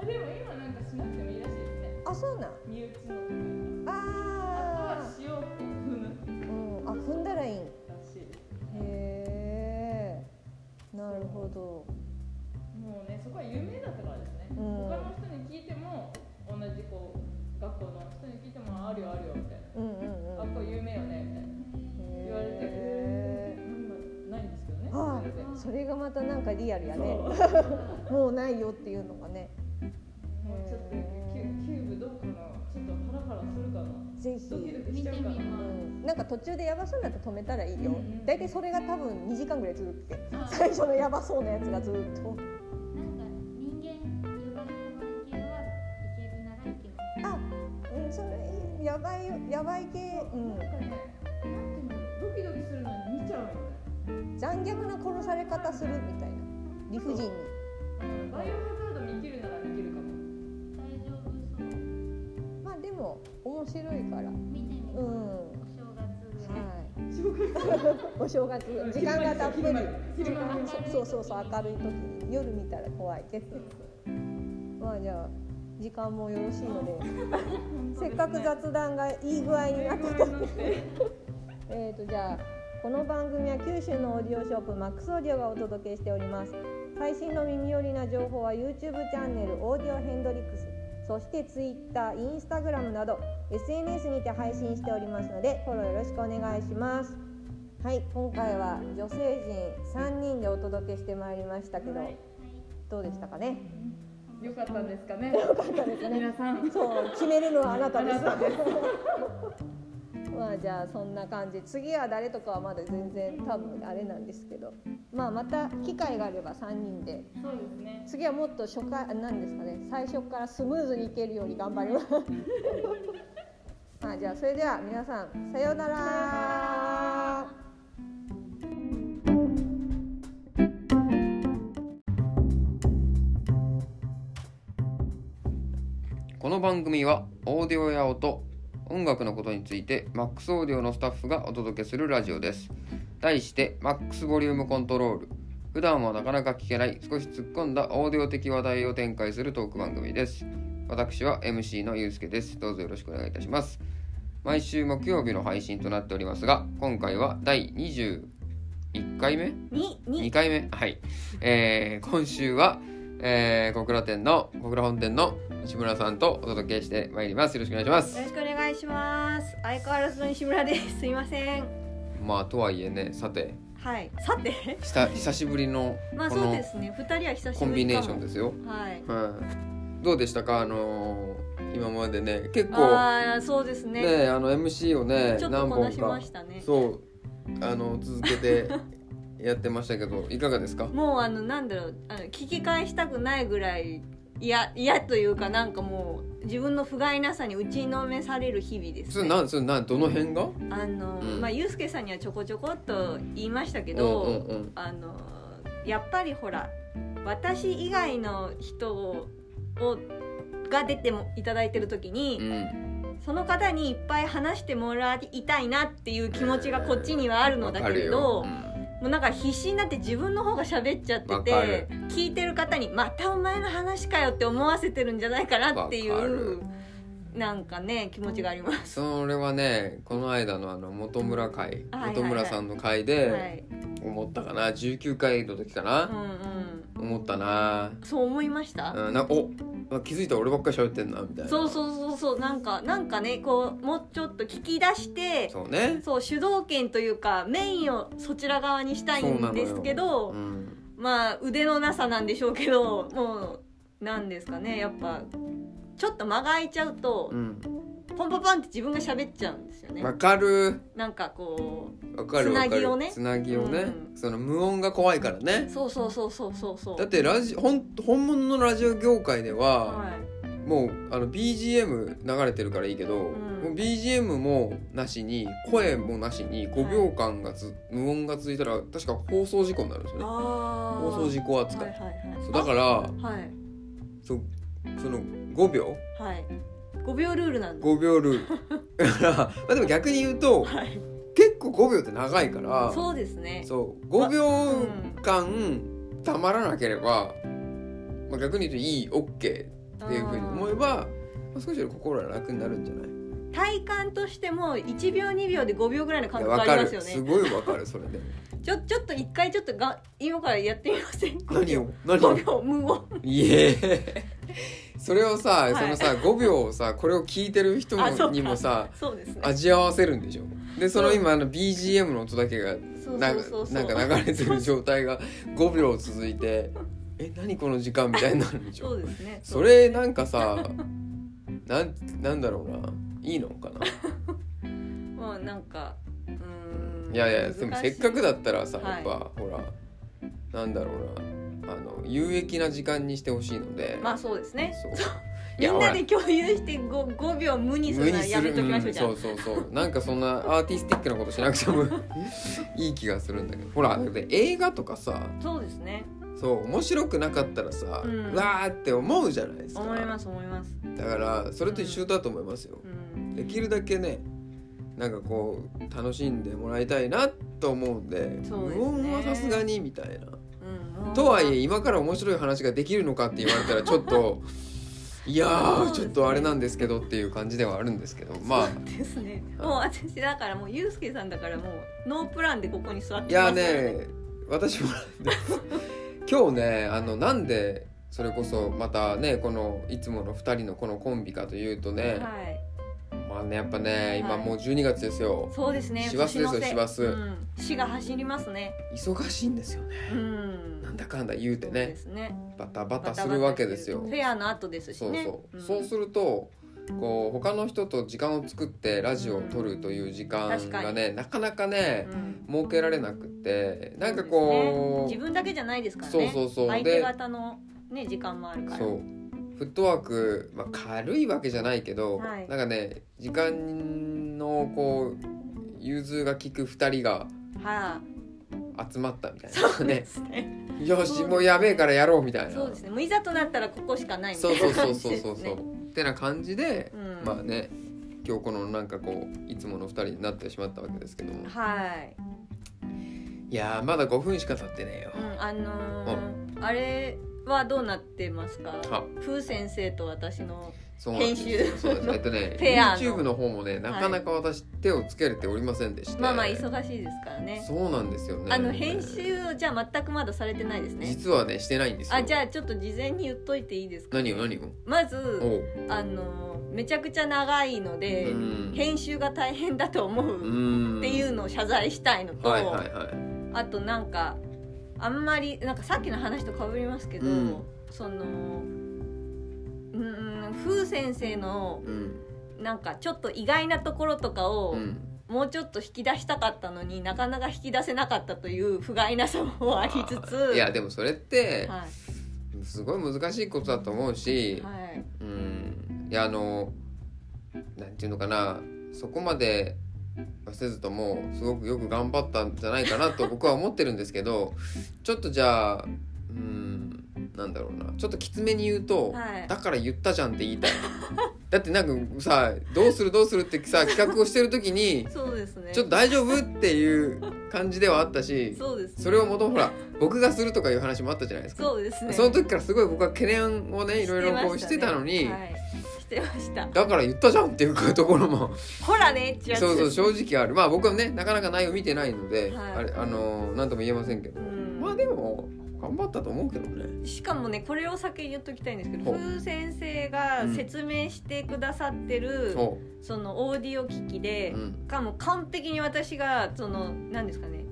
S2: あでも今なんかしなくてもいいらしいですね。
S1: あそうなん
S2: 身内のとか。あと
S1: あ
S2: は塩を踏む
S1: ー、うん、あ踏んだらいいんへ
S2: らしいです。
S1: えなるほど
S2: もうねそこは有名だったからですね。
S1: うん
S2: 他の人に聞いても同じこう学校の人に聞いてもあるよあるよみたいな。
S1: うんうんうん
S2: 学校有名よねみたいな。
S1: へ
S2: 言われて、
S1: え
S2: うんないんですけどね、
S1: は
S2: それで
S1: い、それがまたなんかリアルやね
S2: そう
S1: もうないよっていうのがね
S2: もうちょっとキュキューブどうかなちょっとハラハラするかな
S1: ぜひ、
S2: ドキドキし
S3: 見
S2: ち
S3: て
S2: ゃう
S3: み
S2: かな
S1: うん、なんか途中でヤバそうなやつ止めたらいいよ、
S2: うんうん
S1: 大体それが多分2時間ぐらい続くって
S3: ます
S1: 最初のヤバそうなやつがずっと
S3: なんか人間呼ばれた関係はいけるならいけます
S1: あうんそれやばいよやばい系、
S2: なんかねなんていうのドキドキするのに見ちゃうみたいな
S1: うん、残虐な殺され方するみたいな理不尽に
S2: うんバイオハザード見切るなら見切るかも
S3: 大丈夫そう
S1: まあでも面白いから
S3: 見てみ
S1: う
S3: る、
S1: ん
S3: お正月ぐらい
S1: は
S2: 小学
S1: いお正月
S2: 生
S1: 時間がたっぷり
S2: 昼間昼
S3: 間
S1: うんそうそうそう明るい時に夜見たら怖いけどまあじゃあ時間もよろしいのでせっかく雑談がいい具合になってたえーとじゃあこの番組は九州のオーディオショップマックスオーディオがお届けしております最新の耳寄りな情報は YouTube チャンネルオーディオヘンドリックスそして Twitter、Instagram など SNS にて配信しておりますのでフォローよろしくお願いしますはい今回は女性陣3人でお届けしてまいりましたけど、
S2: はい
S1: どうでしたかね
S2: よかったですか ね
S1: ったですね
S2: 皆さん
S1: そう決めるのはあなたです
S2: あなたで
S1: まあじゃあそんな感じ次は誰とかはまだ全然多分あれなんですけど、まあ、また機会があれば3人で
S2: そうですね
S1: 次はもっと初回あ何ですかね最初からスムーズにいけるように頑張り ますまあじゃあそれでは皆さんさようなら
S4: この番組はオーディオや音音楽のことについて MAX オーディオのスタッフがお届けするラジオです題して MAX ボリュームコントロール普段はなかなか聞けない少し突っ込んだオーディオ的話題を展開するトーク番組です私は MC のゆうすけですどうぞよろしくお願いいたします毎週木曜日の配信となっておりますが今回は第21回目
S1: に
S4: 2
S1: に
S4: 回目はい、えー今週は、えー小倉店の小倉本店の西村さんとお届けしてまいりますよろしくお願いします
S5: よろしくお願いします。相変わらずの西村です。すいません。
S4: まあとはいえねさて
S5: はい。さ て、
S4: 久久しぶりの
S5: まあ
S4: こ
S5: そう
S4: の
S5: ですね。二人は久し
S4: コン
S5: ぶ
S4: ビ
S5: り
S4: ネ
S5: か
S4: ー
S5: も
S4: ションですよ、
S5: はい。
S4: はい、どうでしたかあのー今までね結構
S5: ああ、そうです
S4: ね
S5: ね。
S4: あの MC をね
S5: ちょっと
S4: 何
S5: こな
S4: 本
S5: しま
S4: か
S5: したね。
S4: そうあの続けてやってましたけどいかがですか
S5: もうあのなんだろう、あの聞き返したくないぐらい嫌嫌というかなんかもう自分の不甲斐なさに打ちのめされる日々で
S4: そ
S5: す、
S4: れ
S5: ね。
S4: なんそれなんどの辺が
S5: あの、
S4: うん
S5: まあゆうすけさんにはちょこちょこっと言いましたけど、
S4: うんうんうん
S5: あのやっぱりほら私以外の人ををが出てもいただいてる時に、
S4: うん
S5: その方にいっぱい話してもらいたいなっていう気持ちがこっちにはあるのだけれど
S4: わか、るよ
S5: も
S4: うん
S5: うなんか必死になって自分の方が喋っちゃって
S4: わか
S5: て
S4: る
S5: 聞いてる方に「またお前の話かよ」って思わせてるんじゃないかなってい
S4: わかる
S5: うなんかね気持ちがあります。
S4: それはねこの間のあの本村会、
S5: はいはいはい
S4: 本村さんの会
S5: は
S4: で
S5: い、
S4: 思ったかな19回の時か
S5: うん
S4: な、
S5: うん、
S4: 思ったな,、
S5: そう思いました、
S4: うん、なんかお気づいたら俺ばっかり喋ってんなみたいな
S5: そう
S4: う
S5: そうそうそうなんかなんかねこうもうちょっと聞き出して
S4: そうね
S5: そう主導権というかメインをそちら側にしたい
S4: そうなの
S5: ん
S4: よ
S5: ですけど、
S4: うん
S5: まあ腕のなさなんでしょうけどもうなんですかねやっぱちょっと間が空いちゃうと、
S4: うん
S5: ポンポンポンって自分が喋っちゃうんですよね、
S4: わかる
S5: なんかこ
S4: わかる
S5: つ
S4: わ
S5: な
S4: か
S5: ぎ
S4: る
S5: をね
S4: つなぎをね、
S5: う
S4: その無音が怖いから
S5: う
S4: ね
S5: そうそうそうそうそうそう
S4: だってラジ本本物のラジオ業界では、
S5: は
S4: もうあの BGM 流れてるからいいけど、
S5: ん
S4: もう BGM もなしに声もなしに5秒間がつ、無音が続いたら確か放送事故になるんです
S5: い
S4: よね
S5: あ
S4: 放送事故
S5: 故
S4: 扱
S5: はい
S4: い、
S5: はい
S4: そうだから
S5: はいはい
S4: そその5秒
S5: はい5秒ルールなんだ
S4: 5秒ルールだからまあでも逆に言うと
S5: はい
S4: 結構5秒って長いから
S5: そうですね
S4: そう5秒間たまらなければ、まあ、逆に言うといい OK っていうふうに思えば、まあ、少しより心は楽になるんじゃない
S5: 体感としても1秒2秒で5秒ぐらいの
S4: い
S5: 感
S4: や
S5: 覚
S4: わ
S5: あり
S4: か
S5: ますよ
S4: るす
S5: ね
S4: ごいわかるそれで
S5: ちょちょっと一回ちょっとが今からやってみません
S4: 何を何を
S5: 5秒無言
S4: いえそれをさ、
S5: い
S4: そのさ5秒をさこれを聞いてる人も
S5: あそうか
S4: にもさ
S5: そうですね
S4: 味合わせるんでしょでその
S5: そう
S4: 今あの BGM の音だけが
S5: そう
S4: な
S5: そう
S4: んか
S5: そうそう
S4: なんか流れてる状態が5秒続いてえ何この時間みたいになるんでし
S5: そ
S4: ょ
S5: うですね
S4: それなんかさなんなんだろうないいのかな
S5: まあなんかうーん
S4: いやいやでもせっかく
S5: だ
S4: だったらさ、
S5: はい
S4: やっぱほらなんだろうなあの有益な時間にしてほしいので、
S5: まあそうですね
S4: そうい
S5: み
S4: や
S5: ん
S4: ほ
S5: な
S4: ら
S5: で共有して五五秒無にす
S4: 無
S5: るの
S4: に
S5: は
S4: す
S5: やめ
S4: る、
S5: ときましょ
S4: う、
S5: うんじゃあ
S4: そうそうそうなんかそんなアーティスティック なことしなくてもいい気がするんだけどほらだって映画とかさ
S5: そうですね
S4: そう面白くなかったらさ、
S1: うん
S4: わーって思うじゃないですか
S1: 思います思います
S4: だからそれと一緒だと思いますよ、
S1: うん
S4: できるだけねなんかこう楽しんでもらいたいなと思うんで
S1: そうですね
S4: 無音はさすがにみたいな
S1: うん
S4: とはいえ今から面白い話ができるのかって言われたらちょっ といやーちょっとあれなんですけどっていう感じではあるんですけどまあ
S1: ですねもう私だからもうユうスケさんだからもうノープランでここに座っ
S4: い
S1: て
S4: や
S1: ま
S4: ー
S1: すからね
S4: ね私もなんです今日ねあのなんでそれこそまたねこのいつもの2人のこのコンビかというとね、
S1: はい
S4: まあねやっぱね
S1: は
S4: 今
S1: い
S4: もう12月ですよ、
S1: そうですね
S4: 師走です
S1: 年
S4: よ
S1: の瀬
S4: 師走
S1: うん死が走りますね
S4: 忙しいんですよね
S1: うん
S4: なんだかんだ言うて
S1: そう
S4: ね
S1: ですね
S4: バタバタするわけですよ
S1: フェアの後ですし
S4: そう
S1: ね
S4: そう、
S1: ん
S4: そうするとこう他の人と時間を作ってラジオを撮るという時間
S1: 確
S4: が
S1: か
S4: ね、なかなかね、
S1: うん
S4: 設けられなくてなんか
S1: そう
S4: こ
S1: ですね
S4: う
S1: 自分だけじゃないですから
S4: そう
S1: ね
S4: そうそう
S1: 相手
S4: で
S1: 方のね時間もあるから
S4: そうフットワーク、まあ、軽いわけじゃないけど、
S1: はい
S4: なんかね時間のこう融通が利く2人が
S1: は
S4: 集まったみたい
S1: いそ
S4: な
S1: うで
S4: ね
S1: すね
S4: よ
S1: そうです
S4: し
S1: ね
S4: もうやべえからやろうみたいな
S1: そうですねもういざとなったらここしかないみた
S4: そう
S1: い
S4: そ
S1: な
S4: うそう
S1: 感じ
S4: そう
S1: ですね
S4: そうそうってな感じで、
S1: うん
S4: まあね今日このなんかこういつもの2人になってしまったわけですけども
S1: はい
S4: いやーまだ5分しか経ってねえよ
S1: う、んあのーあれはどうなってますか
S4: あ
S1: ふう先生と私の
S4: そうなんですよ
S1: 編集
S4: そうですえっ とね
S1: フェアの
S4: YouTube の方もねなかなか私手をつけれておりませんでして、
S1: まあまあ忙しいですからね
S4: そうなんですよね
S1: あの編集をじゃあ全くまだされてないですね
S4: 実はねしてないんですよ
S1: あじゃあちょっと事前に言っといていいですか
S4: 何を何を
S1: ま
S4: お
S1: ず
S4: う
S1: あのめちゃくちゃ長いので、
S4: うん
S1: 編集が大変だと思
S4: う
S1: う
S4: ーん
S1: っていうのを謝罪したいのと、
S4: はいはいはい
S1: あとなんかあんまりなんかさっきの話とかぶりますけど、
S4: うん
S1: そのうん風先生の
S4: うん
S1: なんかちょっと意外なところとかを、
S4: うん
S1: もうちょっと引き出したかったのになかなか引き出せなかったという不甲斐なさもありつつ
S4: いやでもそれって
S1: は
S4: すごい難しいことだと思う
S1: い、
S4: し、
S1: はい、
S4: うんいやあのなんていうのかなそこまではせずともすごくよく頑張ったんじゃないかなと 僕は思ってるんですけどちょっとじゃあうんなんだろうなちょっときつめに言うと、
S1: はい
S4: だから言ったじゃんって言いたいだってなんかさどうするどうするってさ企画をしてる時 に
S1: そうですね
S4: ちょっと大丈夫っていう感じではあったし
S1: そうですね
S4: それをもともほら僕がするとかいう話もあったじゃないですか。
S1: そうですね
S4: その時からすごい僕は懸念をねいろいろこうしてたのに、
S1: してましたね、はいしてま
S4: だから言ったじゃんっていうところ も
S1: したほらねってやつ
S4: そうそう
S1: です
S4: 正直あるまあ僕はねなかなか内容見てないので、
S1: はい
S4: あれあのー何とも言えませんけど、
S1: うん
S4: まあでも頑張ったと思うけどね
S1: しかもねこれを先に言っときたいんですけど
S4: ほう
S1: 風先生が説明してくださってる、
S4: そ
S1: そのオーディオ機器
S4: う、
S1: で、
S4: うん、
S1: かも完璧に私がその何ですかね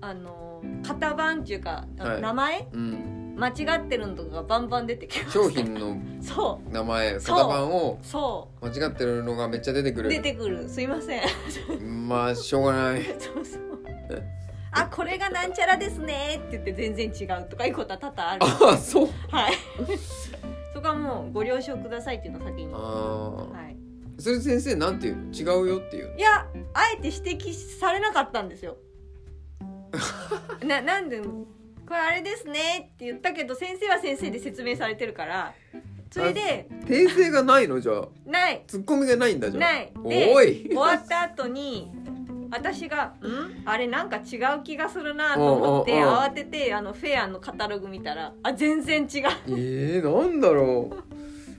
S1: あの型番っていうか、あの
S4: はい
S1: 名前
S4: うん、
S1: 間違ってるのとかがバンバン出てきます
S4: 商品の
S1: そ
S4: 名前
S1: そう
S4: 型番を
S1: うそ
S4: 間違ってるのがめっちゃ出てく
S1: う
S4: る
S1: 出てくるすいません
S4: まあしょうが ない
S1: そうそうあこれがなんちゃらですねって言って全然違うとかいうことは多々ある
S4: あそう
S1: はい そこはもうご了承くださいっていうのを先には
S4: ああ
S1: い
S4: それ先生なんていうの違うよっていうの
S1: いやあえて指摘されなかったんですよななんでこれあれですねって言ったけど先生は先生で説明されてるからそれで
S4: 訂正がないのじゃあ
S1: ない
S4: ツッコミがないんだじゃん
S1: ないで
S4: おい
S1: 終わった後に私が「んあれなんか違う気がするな」と思って
S4: おうおうおう
S1: 慌ててあのフェアのカタログ見たらあ全然違う
S4: えー、なんだろう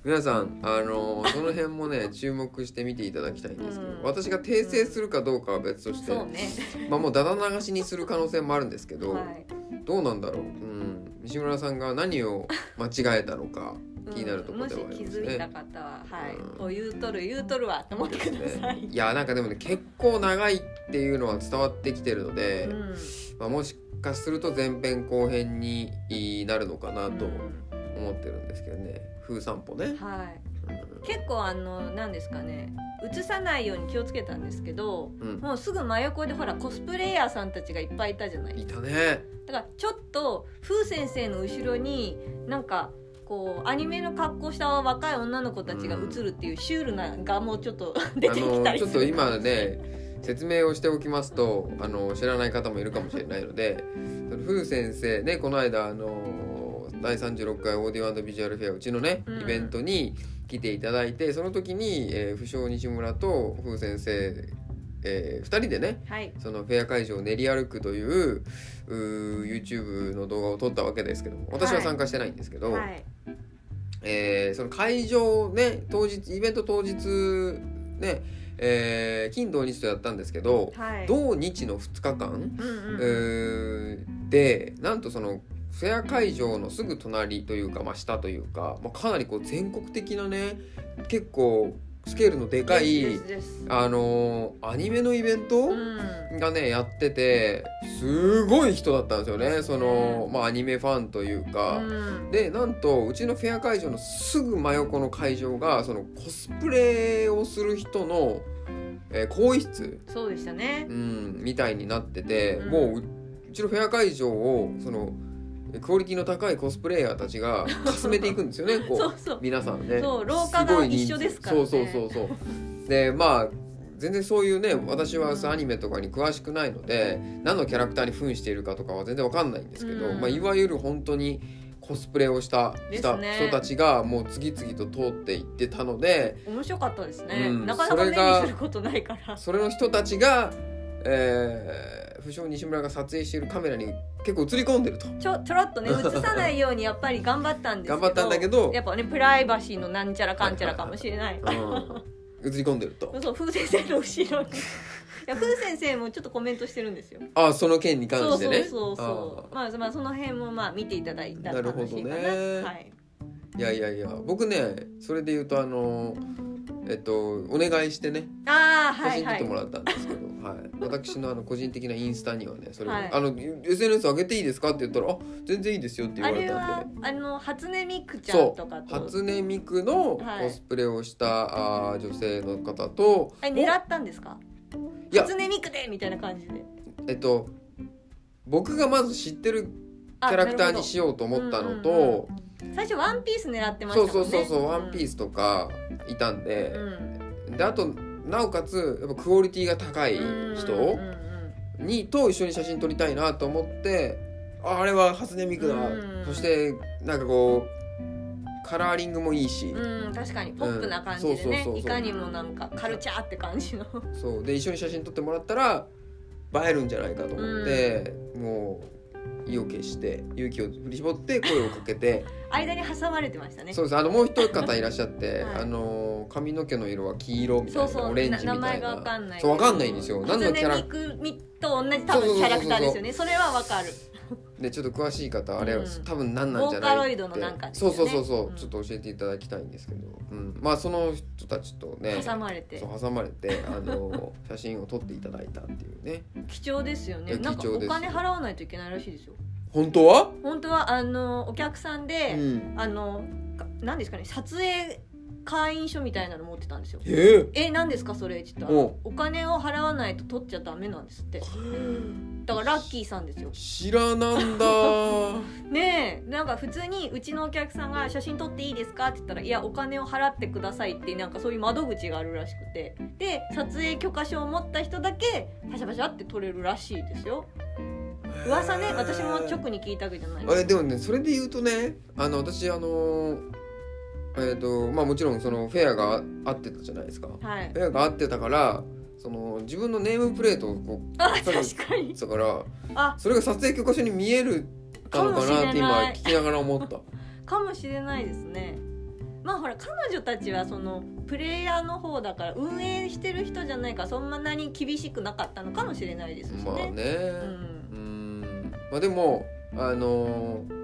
S4: 皆さんあのその辺もね注目して見ていただきたいんですけど、
S1: うん
S4: 私が訂正するかどうかは別として、
S1: そうね
S4: まあもうだだ流しにする可能性もあるんですけど、
S1: はい
S4: どうなんだろう、うん、西村さんが何を間違えたのか気になるところでは
S1: う
S4: あ
S1: んもし気
S4: ります
S1: づいた
S4: ね。
S1: 方は「はい
S4: うん
S1: お言うとる言うとるわ」と思ってください、
S4: ねいやなんかでもね結構長いっていうのは伝わってきてるので、
S1: うん
S4: まあ、もしかすると前編後編になるのかなと
S1: うん
S4: 思ってるんですけどね風散歩ね。
S1: はい結構あの何ですかね映さないように気をつけたんですけど
S4: うん、
S1: もうすぐ真横でほらコスプレイヤーさんたちがいっぱいいたじゃない
S4: いたね。
S1: だからちょっと風先生の後ろになんかこうアニメの格好した若い女の子たちが映るっていうシュールな画もちょっと出てきた
S4: あ
S1: り
S4: のち
S1: す
S4: ょっ
S1: る
S4: と今ね説明をしておきますとあの知らない方もいるかもしれないのでその風先生ねこの間あの第36回オーディオビジュアルフェアうちのね
S1: うん
S4: イベントに来ていただいてその時に、えー、不詳西村と風先生、え2人でね
S1: はい
S4: そのフェア会場を練り歩くといううー YouTube の動画を撮ったわけですけども私は参加してないんですけど、
S1: はい
S4: えーその会場ね当日イベント当日ね、えー金土日とやったんですけど、
S1: はい
S4: 同日の2日間、
S1: うんうん
S4: うーでなんとそのフェア会場のすぐ隣というか、まあ、下というか、まあ、かなりこう全国的なね結構スケールのでかい、
S1: ですですです
S4: あのーアニメのイベント、
S1: うん
S4: がねやっててすごい人だったんですよねその、まあ、アニメファンというか。
S1: うん
S4: でなんとうちのフェア会場のすぐ真横の会場がそのコスプレをする人の、えー更衣室、
S1: そうでしたね
S4: うん、みたいになってて、
S1: うん
S4: もうううちのフェア会場をそのクオリティの高いコスプレイヤーたちがかすめていくんですよねこ う
S1: そうそう
S4: 皆さんね
S1: そう廊下が
S4: ごい人数
S1: 一緒ですからね
S4: そうそうそうそうでまあ全然そういうね私はさアニメとかに詳しくないので何のキャラクターに扮しているかとかは全然わかんないんですけど、
S1: うん
S4: まあ、いわゆる本当にコスプレをした
S1: で
S4: し
S1: す
S4: た
S1: ね
S4: 人たちがもう次々と通っていってたので
S1: 面白かったですね、
S4: うん
S1: なかなか
S4: そ
S1: 目
S4: れが
S1: にすることないから
S4: それの人たちが、えー、不詳西村が撮影しているカメラに結構映り込んでると。
S1: ちょちょろっとね映さないようにやっぱり頑張ったんですけど
S4: 頑張ったんだけど
S1: やっぱねプライバシーのなんちゃらかんちゃらかもしれない
S4: うん、映り込んでると
S1: そう風先生の後 ろにいや風先生もちょっとコメントしてるんですよ
S4: あその件に関
S1: そ
S4: し
S1: うそ
S4: て
S1: う
S4: ね
S1: そうそうまあ、まあ、その辺もまあ見ていただいたら楽しいかな
S4: なるほどね
S1: はい、
S4: いやいやいや僕ねそれで言うとあのえっとお願いしてね
S1: ああ
S4: 写
S1: はい
S4: 真撮
S1: は
S4: って
S1: い
S4: もらったんですけど、はい私のあの個人的なインスタにはねそれ、
S1: はい
S4: あの SNS 上げていいですかって言ったら「あ全然いいですよ」って
S1: あ
S4: 言われ
S1: れ
S4: た
S1: は
S4: んで。
S1: あの初音ミクちゃん
S4: そ
S1: とか
S4: う
S1: と
S4: 初音ミクの
S1: はい
S4: コスプレをした、あー女性の方と
S1: あれ狙ったんですか
S4: いや
S1: 初音ミクでみたいな感じで
S4: えっと僕がまず知ってるキ
S1: あ
S4: ャラクター
S1: なるほ
S4: に
S1: ど
S4: しようと思ったのと、
S1: うんうん最初ワンピース狙ってまし
S4: そ
S1: た
S4: う
S1: もんね
S4: そうそうそう「ワンピー
S1: ス
S4: スとかいたんで、
S1: うん
S4: であとなおかつやっぱクオリティが高い人
S1: うんうん
S4: にと一緒に写真撮りたいなと思ってああれは初音ミクだ
S1: うん
S4: そしてなんかこうカラーリングもいいし
S1: うん確かにポップな感じで
S4: うん
S1: ね
S4: そうそうそうそう
S1: いかにもなんかカルチャーって感じの
S4: そうで一緒に写真撮ってもらったら映えるんじゃないかと思ってもう意を決して勇気を振り絞って声をかけて
S1: 間に挟まれてま したね
S4: そうですあのもう一方いらっしゃっ て、
S1: はい
S4: あの髪の毛の色は黄色みたいな
S1: そうそう
S4: オレンジみた
S1: ない名前
S4: な
S1: がわかんない
S4: そうわかんないんですよ何のキャラ
S1: 初音ミクみと同じ多分キャラクターですよねそれはわかる
S4: でちょっと詳しい方あれ、
S1: うん
S4: 多分何なんじゃない
S1: ボーカロイドのなんかです
S4: そ
S1: よ
S4: う
S1: ね
S4: そうそうそう、
S1: うん
S4: ちょっと教えていただきたいんですけど、うん、まあその人たちとね
S1: 挟まれて
S4: そう挟まれ てあの写真を撮っていただいたっていうね
S1: 貴重ですよ
S4: い
S1: ね
S4: や
S1: なんか
S4: 貴重
S1: お
S4: です
S1: 金払わないといけないらしいですよ
S4: 本当は、
S1: 本当はあのお客さん
S4: う
S1: で、
S4: ん、
S1: あのかなんですかね撮影会員証みたいなの持ってたんですよ
S4: えー、
S1: え何ですかそれちょっ
S4: お
S1: とお金を払わないと取っちゃダメなんですってだからラッキーさんですよ
S4: 知らなんだ
S1: ねえなんか普通にうちのお客さんが「写真撮っていいですか?」って言ったら「いやお金を払ってください」ってなんかそういう窓口があるらしくてで撮影許可証を持った人だけパシャパシャって撮れるらしいですよ 噂ね私も直に聞いたわけじゃない
S4: あれでもねそれで言うとねあの私あのえっ、とまあもちろんそのフェアがあってたじゃないですか
S1: はい
S4: フェアがあってたからその自分のネームプレートをこう
S1: あ確かに
S4: だから
S1: あ
S4: それが撮影許可書に見えるたのかなっ
S1: かもし
S4: て今
S1: れない
S4: 聞きなが ら思った
S1: かもしれないですねまあほら彼女たちはそのプレイヤーの方だから運営してる人じゃないからそんなに厳しくなかったのかもしれないですしね、
S4: まあね
S1: うん
S4: う、んまあでもあのー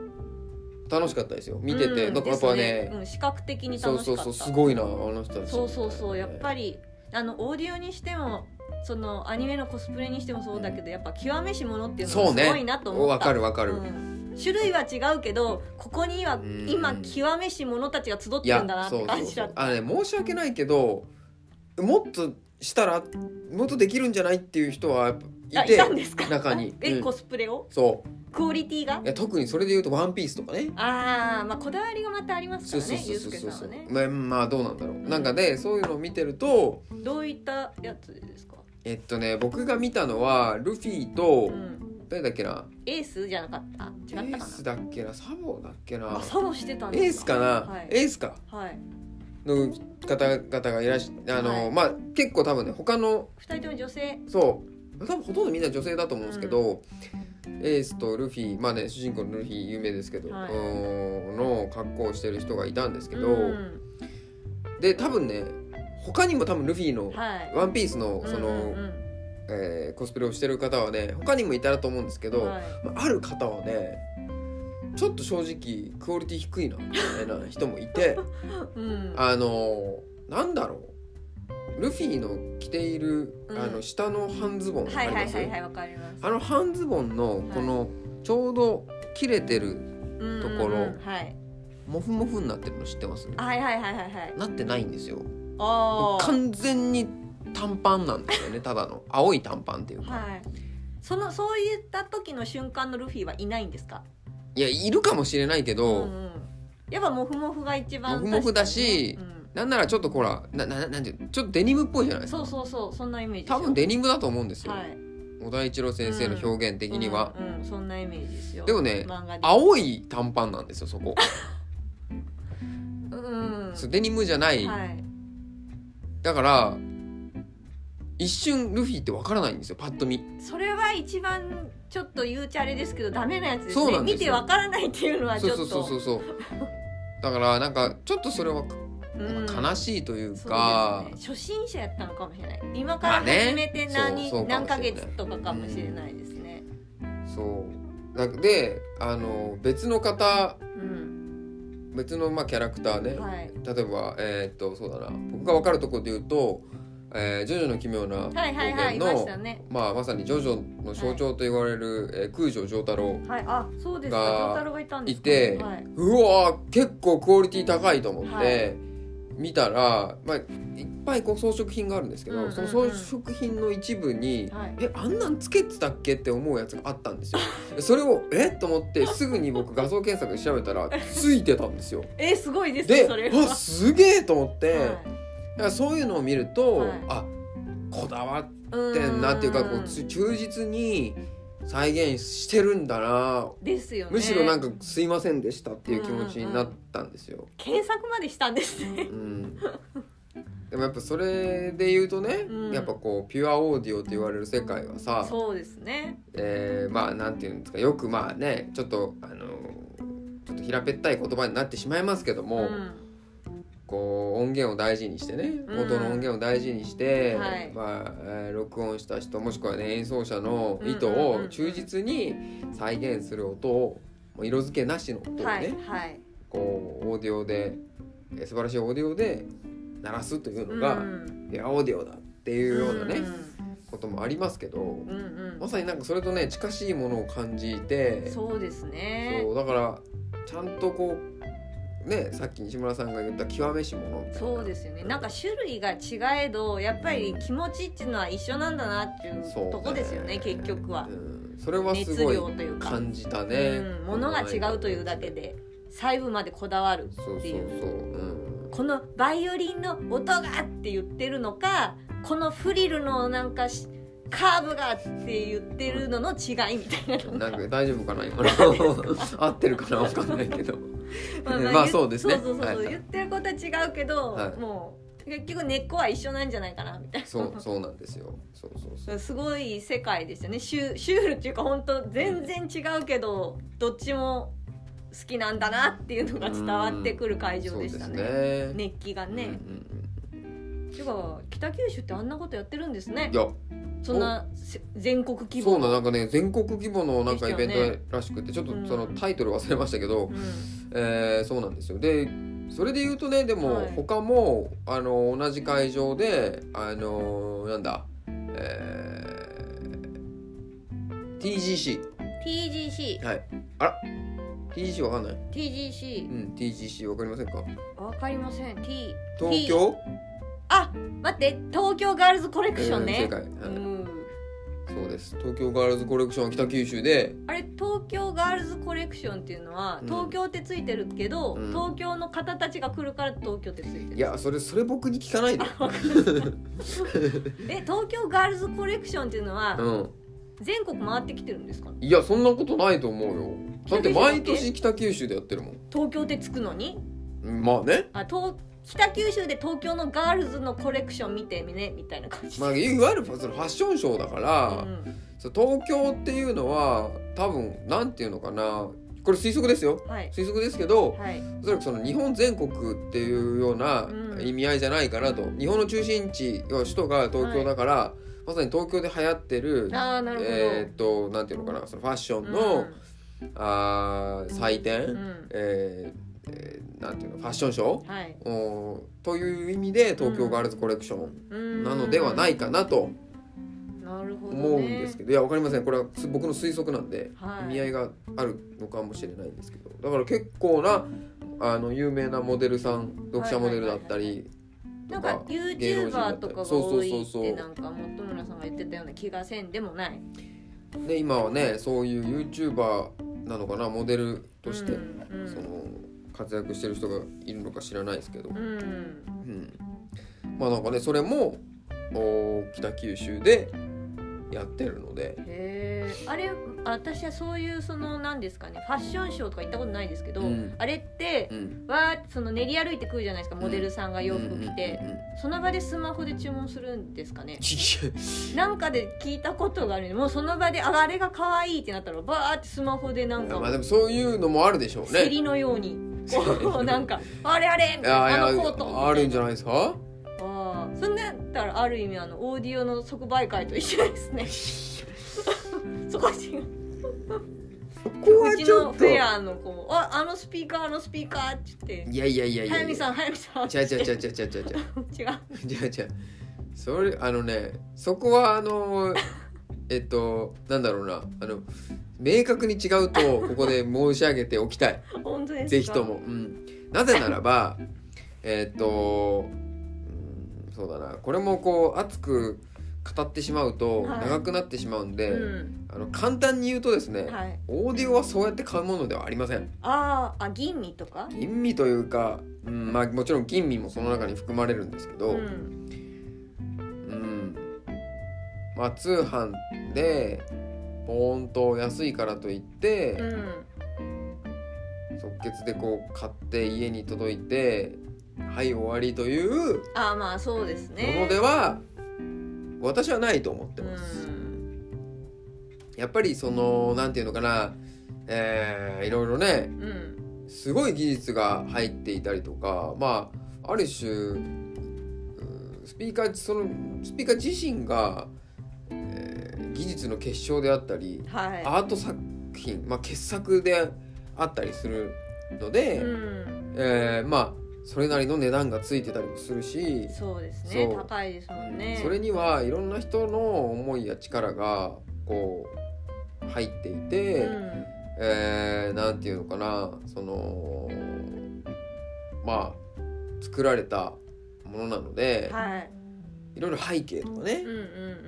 S4: 楽しかったですよ見てて、
S1: うん
S4: なんかやっぱ
S1: で
S4: ね
S1: すうん、視覚的に
S4: そ
S1: 楽
S4: う
S1: し
S4: そ
S1: かった
S4: うそうすごいなあの人たち
S1: そうそうそうやっぱ
S4: り
S1: りあのオーディオにしてもそのアニメのコスプレにしてもそうだけどやっぱ極めし者っていうの
S4: そ
S1: が
S4: う
S1: すごい
S4: ね
S1: なと思
S4: わ
S1: った、
S4: かるわかる、
S1: うん種類は違うけどここには
S4: うん
S1: 今極めし者たちが集っ
S4: い
S1: て
S4: や
S1: るんだなっ
S4: そ
S1: て
S4: うそ
S1: 感
S4: う
S1: じ
S4: そ
S1: だ
S4: う
S1: った
S4: あのね申し訳ないけどもっとしたらもっとできるんじゃないっていう人はやっぱ
S1: あ
S4: い
S1: い
S4: て
S1: たんですか
S4: 中に
S1: え、
S4: うん
S1: コスプレを
S4: そう
S1: クオリティが
S4: いや特にそれで言うと「ワンピースとかね
S1: ああまあこだわりがまたあります
S4: そう
S1: から
S4: そ
S1: ね
S4: うそ
S1: ゆ
S4: う
S1: うす
S4: そう
S1: け
S4: そう
S1: さんは
S4: そう
S1: ね
S4: まあまあどうなんだろう、なんかねそういうのを見てると
S1: どういったやつですか
S4: えっとね僕が見たのはルフィと、
S1: うん、
S4: 誰だっけな
S1: エースじゃなかった
S4: エ
S1: 違ったか
S4: ー
S1: な
S4: スだっけなサボだっけな
S1: あサボしてたん
S4: エ
S1: で
S4: ー
S1: す
S4: ス
S1: か
S4: かな、
S1: はい
S4: エースか
S1: はい
S4: の方々がいらっしゃあの、
S1: はい
S4: まあ結構多分ね他の
S1: 二人とも女性
S4: そう多分ほとんどみんな女性だと思うんですけど、エースとルフィまあね主人公のルフィ有名ですけど、
S1: はい
S4: うんの格好をしてる人がいたんですけど、
S1: うん
S4: で多分ね他にも多分ルフィの
S1: はい
S4: ワンピースのその、
S1: うんうん
S4: えーコスプレをしてる方はね他にもいたらと思うんです
S1: う
S4: け
S1: ん
S4: ど、
S1: はい
S4: まあ、ある方はねちょっと正直クオリティ低いなみたいな人もい て
S1: うん
S4: あのなんだろうルフィの着ている、
S1: うん
S4: あの下の半ズボン
S1: はい
S4: あり
S1: は
S4: ま
S1: い
S4: す
S1: はいはいわかります
S4: あの半ズボンのこの、ちょうど切れてるところ
S1: うんうんうんはい
S4: モフモフになってるの知ってます
S1: はいはいはいはいはい
S4: なってないんですよ
S1: ああ
S4: 完全に短パンな んですよねただの青い短パンっていうか、
S1: はいそのそういった時の瞬間のルフィはいないんですか
S4: い、やいるかもしれないけ
S1: うんう
S4: ど、
S1: んやっぱモフモフが一番
S4: モフモフだし
S1: 確かにね
S4: なんならちょっとほらなななんていうのちょっとデニムっぽいじゃ
S1: うん
S4: ないですか
S1: そうそうそうそんなイメージですよ
S4: 多分デニムだと思うんですよ、
S1: はい
S4: 小田一郎先生の表現的には、
S1: うんうんそんなイメージですよ
S4: でもね
S1: 漫画で
S4: 青い短パンなんですよそこ
S1: うん
S4: そうデニムじゃない、
S1: はい
S4: だから一瞬ルフィってわからないんですよパッと見
S1: それは一番ちょっと言うちゃあれですけどダメなやつですね
S4: そうなんですよ
S1: 見てわからないっていうのはち
S4: そ
S1: ょ
S4: う
S1: っ
S4: そ
S1: と
S4: うそうそうそうだからなんかちょっとそれは
S1: うん
S4: 悲しいという
S1: そう
S4: か、
S1: ですね、初心者やったのかもしれない今か
S4: ま
S1: ら
S4: あね
S1: 始めて何,、
S4: そうそうかも
S1: 何
S4: しれな
S1: ヶ
S4: い
S1: 月とかかもしれないですね、
S4: そうだであの別の方
S1: うん
S4: 別のまあキャラクターね、
S1: はい、
S4: 例えばえーっとそうだな僕が分かるところで言うと「えージョジョの奇妙な
S1: はいはいはいいま
S4: の
S1: したね
S4: まあ、まさにジョジョの象徴と言われる、えー空城城太郎
S1: はいあそうですか
S4: が
S1: 京太郎がいたんです
S4: い
S1: か
S4: て、
S1: はい、
S4: うわー結構クオリティ高いと思って、
S1: はい
S4: 見たら、まあ、いっぱいこう装飾品があるんですけど、
S1: うんうんうん
S4: その装飾品の一部に「
S1: はい、
S4: えあんなんつけてたっけ?」って思うやつがあったんですよ。 それをえっと思ってすぐに僕画像検索で調べたらついてたんですよ。
S1: えすごいですね
S4: で
S1: それ
S4: あ
S1: は
S4: すげえと思って、だ
S1: はい
S4: からそういうのを見ると、
S1: はい
S4: あこだわっ
S1: う
S4: ってんなっていうかこう
S1: つ
S4: つ忠実に再現してるんだな
S1: ですよね
S4: むしろなんか「すいませんでした」っていう気持ちになったんですよ。
S1: 検索までしたんですね
S4: うんでもやっぱそれで言うとね、
S1: うん
S4: やっぱこうピュアオーディオと言われる世界はさ、
S1: そうですね
S4: えーまあなんていうんですかよくまあねちょっとあのちょっと平べったい言葉になってしまいますけども、
S1: ん、
S4: こう音源を大事にしてね
S1: うん
S4: 音の音源を大事にして、
S1: はい
S4: まあえー録音した人もしくは、ね、演奏者の意図
S1: うんうんうんう
S4: を
S1: ん
S4: 忠実に再現する音をもう色付けなしの音をね、
S1: はいはい
S4: こうオーディオでえー素晴らしいオーディオで鳴らすというのが、
S1: うん
S4: いやオーディオだっていうようなね、
S1: う
S4: こともありますけど
S1: んうん
S4: まさになんかそれとね近しいものを感じ
S1: うん、
S4: て
S1: そうですね
S4: そうだからちゃんとこうねさっき西村さんが言った極めしものみたいな。
S1: そうですよねなんか種類が違えどやっぱり気持ちっていうのは一緒なんだなっていう
S4: そうね
S1: とこですよね結局は
S4: うんそれはす
S1: 熱
S4: ごい
S1: 量というか、
S4: 感じたね、
S1: うん、ものが違うというだけで細部までこだわる
S4: そうそう
S1: って
S4: そう、
S1: いう
S4: うん、
S1: このバイオリンの音がって言ってるのかこのフリルのなんかしカーブがって言ってるのの違いみたい なの
S4: なん
S1: が
S4: か大丈夫かな今の 合ってるかなわかんないけどまあ
S1: 言っ
S4: そうですね
S1: そうそうそうそう、
S4: はいはい
S1: 言ってることは違うけど、
S4: はい
S1: もう結局根っこは一緒なんじゃないかなみたいな
S4: そうそうなんですよそうそうそう
S1: すごい世界ですよねシュシュールっていうか本当全然違うけどどっちも好きなんだなっていうのが伝わってくる会場でした
S4: そう
S1: ね
S4: ですね
S1: 熱気がね、
S4: うん
S1: ていうか北九州ってあんなことやってるんです
S4: う
S1: ね
S4: んいや
S1: そんなせ全国規模
S4: そうななんかね全国規模のなんかイベン
S1: でしたよ
S4: トらしくて、ちょっと
S1: うん
S4: そのタイトル忘れましたけど、
S1: うん
S4: えーそうなんですよでそれで言うとねで
S1: は
S4: も
S1: い
S4: 他も、あの同じ会場であのなんだえー TGC
S1: TGC
S4: はいあら TGC わかんないう
S1: TGC
S4: ん TGC わかりませんか
S1: わかりません T
S4: 東
S1: T
S4: 京
S1: あ待って東京ガールズコレクション
S4: うん正
S1: ね
S4: 解、はい
S1: うん
S4: そうです東京ガールズコレクションは北九州で
S1: あれ東京ガールズコレクションっていうのは
S4: うん
S1: 東京ってついてるけど、
S4: うん
S1: 東京の方たちが来るから東京ってついてる
S4: いやそれそれ僕に聞かない で、
S1: え東京ガールズコレクションっていうのは
S4: うん、
S1: 全国回ってきてるんですか
S4: いやそんなことないと思うよだって毎年北九州でやってるもん
S1: 東京ってつくのに
S4: うんまあね
S1: あ東北九州で東京のガールズのコレクション見てねみたいな感じ
S4: まあ、いわゆるそのファッションショーだから
S1: う、ん
S4: そう東京っていうのは多分なんていうのかなこれ推測ですよ
S1: はい
S4: 推測ですけど
S1: はい
S4: おそらくその日本全国っていうような
S1: うん
S4: 意味合いじゃないかなと、日本の中心地要は首都が東京だから、まさに東京で流行ってる
S1: ああなるほど、
S4: えーっとなんていうのかなそのファッションの、あー祭典、
S1: うんうん
S4: えーえーなんていうのファッションショ
S1: はい
S4: ーおーという意味で東京ガールズコレクション
S1: うーん
S4: なのではないかなと
S1: なるほど、ね、
S4: 思うんですけど、いやわかりませんこれはす僕の推測なんで、
S1: はい
S4: 意味合いがあるのかもしれないんですけどだから結構なあの有名なモデルさん読者モデルだったり
S1: な
S4: と
S1: んか
S4: か
S1: ユーチ
S4: 芸
S1: ュー
S4: 能人だ
S1: バー
S4: った
S1: と
S4: り
S1: かが
S4: そう
S1: 多
S4: そう
S1: い
S4: そう
S1: っ
S4: そ
S1: て
S4: う
S1: なんか本村さんが言ってたような気がせんでもない
S4: で今はねそういう YouTuber なのかなモデルとして、
S1: うんうん
S4: その活躍してる人がいるのか知らないですけど、
S1: う
S4: うん
S1: ん
S4: まあなんかねそれもお北九州でやってるので、
S1: へえあれ私はそういうその何ですかねファッションショーとか行ったことないですけど、
S4: うん
S1: あれって
S4: うん、
S1: わーってその練り歩いてくるじゃないですかモデルさんが洋服着て、
S4: うんうんうんうん
S1: その場でスマホで注文するんですかね
S4: いや
S1: なんかで聞いたことがあるもうその場でああれが可愛いってなったらバーってスマホでなんか
S4: まあでもそういうのもあるでしょう
S1: 競
S4: ね。
S1: りのようにこう なんかあれあれみ
S4: い
S1: たいな
S4: やいや
S1: あのコートみたいな
S4: あるんじゃないですか。
S1: ああそんなんだったらある意味あのオーディオの即売会と一緒です ねそこは違う
S4: ここは
S1: うち
S4: ちょ
S1: の
S4: っ
S1: フ
S4: と。い
S1: ェ
S4: や
S1: アの子も「ああのスピーカーあのスピーカー」って言って
S4: いやいや
S1: 「
S4: いや
S1: 速
S4: い
S1: 水
S4: や。
S1: さん速水さん」
S4: ちゃうちゃうちゃ
S1: 違
S4: うちゃうちゃうちゃうちゃう。
S1: う
S4: じゃじゃそれあのねそこは あのえっとなんだろうなあの明確に違うとここで申し上げておきたい
S1: 本当ですか
S4: ぜひとも、うん、なぜなら ばえっと、うん、そうだなこれもこう熱く語ってしまうと
S1: はい
S4: 長くなってしまうん
S1: う
S4: で、
S1: ん
S4: あの簡単に言うとですね、
S1: はい
S4: オーディオはそうやって買うものではありません
S1: あーあ吟味とか
S4: 吟味というか、うんまあ、もちろん吟味もその中に含まれるんですけど、
S1: ん
S4: うんまあ通販でポーンと安いからといって、
S1: うん
S4: 即決でこう買って家に届いてはい終わりという
S1: ああまあそうですね
S4: ものでは、私はないと思ってます。
S1: うん
S4: やっぱりそのなんていうのかな、えーいろいろね
S1: うん
S4: すごい技術が入っていたりとかまあある種うースピーカーそのスピーカー自身が、えー技術の結晶であったり
S1: はい
S4: アート作品、まあ、傑作であったりするので、
S1: うん
S4: えーまあそれなりの値段がついてたりもするし、
S1: そうですね
S4: そう
S1: 高いですもん
S4: う
S1: ね
S4: んそれにはいろんな人の思いや力がこう入っていて。
S1: うん
S4: えー、なんていうのかなそのまあ作られたものなので、
S1: はい
S4: い、ろいろ背景とかね
S1: うん、うん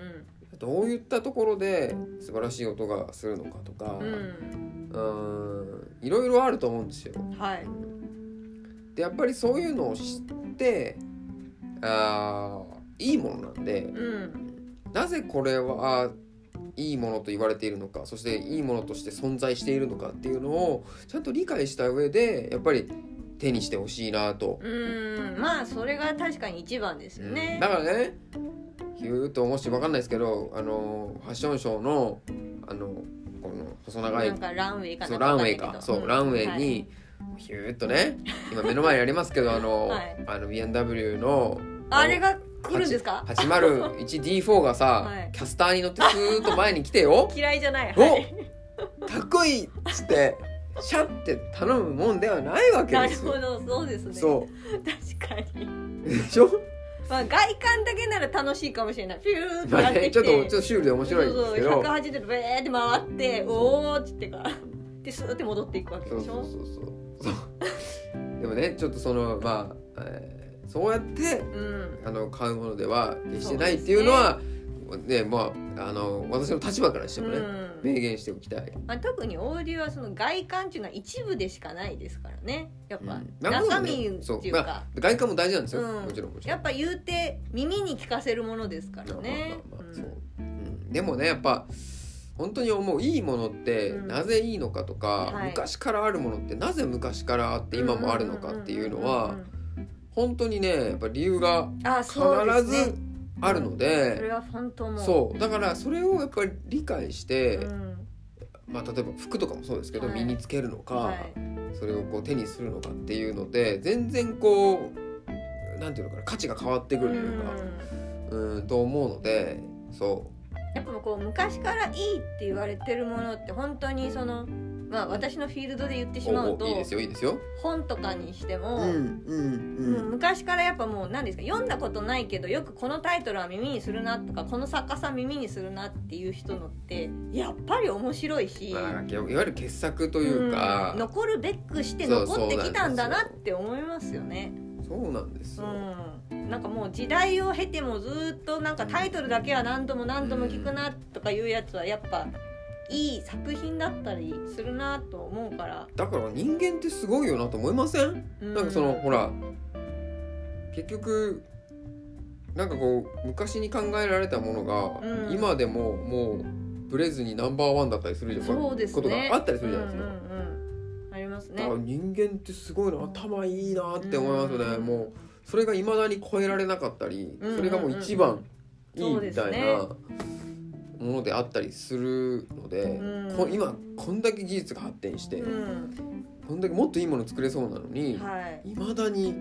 S4: どういったところで素晴らしい音がするのかとか、
S1: うんうん
S4: うんいろいろあると思うんですよ。
S1: はい
S4: でやっぱりそういうのを知ってあーいいものなんで
S1: うん
S4: なぜこれはいいものと言われているのかそしていいものとして存在しているのかっていうのをちゃんと理解した上でやっぱり手にしてほしいなと、
S1: うんまあそれが確かに一番ですよね
S4: だからねヒューともし分かんないですけどあのファッションショーのあのこの細長い
S1: なんかランウェイかな
S4: そうん
S1: か
S4: ラン
S1: わかんな
S4: ウェイ
S1: いけど
S4: かそう、
S1: ん
S4: ランウェイにヒューっとね今目の前にありますけどあの,、
S1: はい
S4: あの BMW の
S1: はいあれが来るんですか
S4: 801D4 がさ、
S1: はい
S4: キャスターに乗ってスーッと前に来てよ
S1: 嫌いじゃないはい
S4: おかっこいいっつってシャッて頼むもんではないわけ
S1: な
S4: で
S1: る
S4: す
S1: ほ
S4: よ。
S1: どそうですね
S4: そ
S1: 確かに
S4: うでしょ、
S1: まあ外観だけなら楽しいかもしれないピューって
S4: ま
S1: や
S4: あ
S1: って
S4: ね、
S1: き
S4: ちょ
S1: て
S4: っとちょっとシュールで面白いんですけ
S1: そう
S4: ど
S1: そう180度ベーって回っておおっつってからでスーって戻っていくわけ
S4: そう
S1: でし
S4: そう
S1: ょ
S4: そうそうそうでもねちょっとそのまあ、えーそうやって
S1: うん
S4: あの買うものでは決してないっていうのはねまああの私の立場からしてもね、
S1: うん
S4: 明言しておきたい、
S1: まあ、特にオーディオはその外観っていうのは一部でしかないですからねやっ
S4: うん
S1: ぱ
S4: まあ
S1: 中身って
S4: そう
S1: い
S4: ね
S1: うか、
S4: そうまあ外観も大事なんですよ、
S1: うん
S4: もちろんもちろん
S1: やっぱ言うて耳に聞かせるものですからね
S4: まあまあまあまあそううんでもねやっぱ本当に思ういいものって
S1: うん
S4: なぜいいのかとか、
S1: はい
S4: 昔からあるものってなぜ昔からあって今もあるのかっていうのは本当にねやっぱ理由が
S1: あ
S4: 必
S1: そうですね
S4: ずあるの
S1: それ
S4: で
S1: は本当も
S4: そうだからそれをやっぱり理解して、
S1: うん
S4: まあ、例えば服とかもそうですけど、
S1: はい
S4: 身につけるのか、
S1: はい
S4: それをこう手にするのかっていうので全然こうなんていうのかな価値が変わってくるというか
S1: うん
S4: うんと思うのでそ
S1: やっぱこう昔からいいって言われてるものって本当にそのまあ私のフィールドで言って
S4: う
S1: しま
S4: お
S1: う
S4: お
S1: と
S4: いいですよいいですよ。
S1: 本とかにしても、
S4: うんうんう
S1: もうん昔からやっぱもう何ですか読んだことないけどよくこのタイトルは耳にするなとかこの作家さん耳にするなっていう人のってやっぱり面白いし、
S4: まあ、いわゆる傑作というか、
S1: うん残るべくして
S4: そう
S1: 残ってきたんだなって思いますよね。
S4: そうなんです
S1: う
S4: よ、
S1: ん、なんかもう時代を経てもずっとなんかタイトルだけは何度も何度も聞くなとかいうやつはやっぱいい作品だったりするなと思うから。
S4: だから人間ってすごいよなと思いません、
S1: う
S4: なんかそのほら結局なんかこう昔に考えられたものが、
S1: うん
S4: 今でももうブレずにナンバーワンだったりするじゃん
S1: そうですね
S4: ことがあったりするじゃないですか、
S1: うんうんうんあります
S4: だから
S1: ね。
S4: 人間ってすごいな頭いいなって思いますね、
S1: うん
S4: もうそれがいまだに超えられなかったり、
S1: うんうんうん
S4: それがもう一番いい
S1: そう
S4: み
S1: です
S4: たい
S1: ね
S4: なものであったりするので、
S1: うん
S4: こ今こんだけ技術が発展して、
S1: うん、
S4: こんだけもっといいもの作れそうなのに、
S1: はい。
S4: いまだに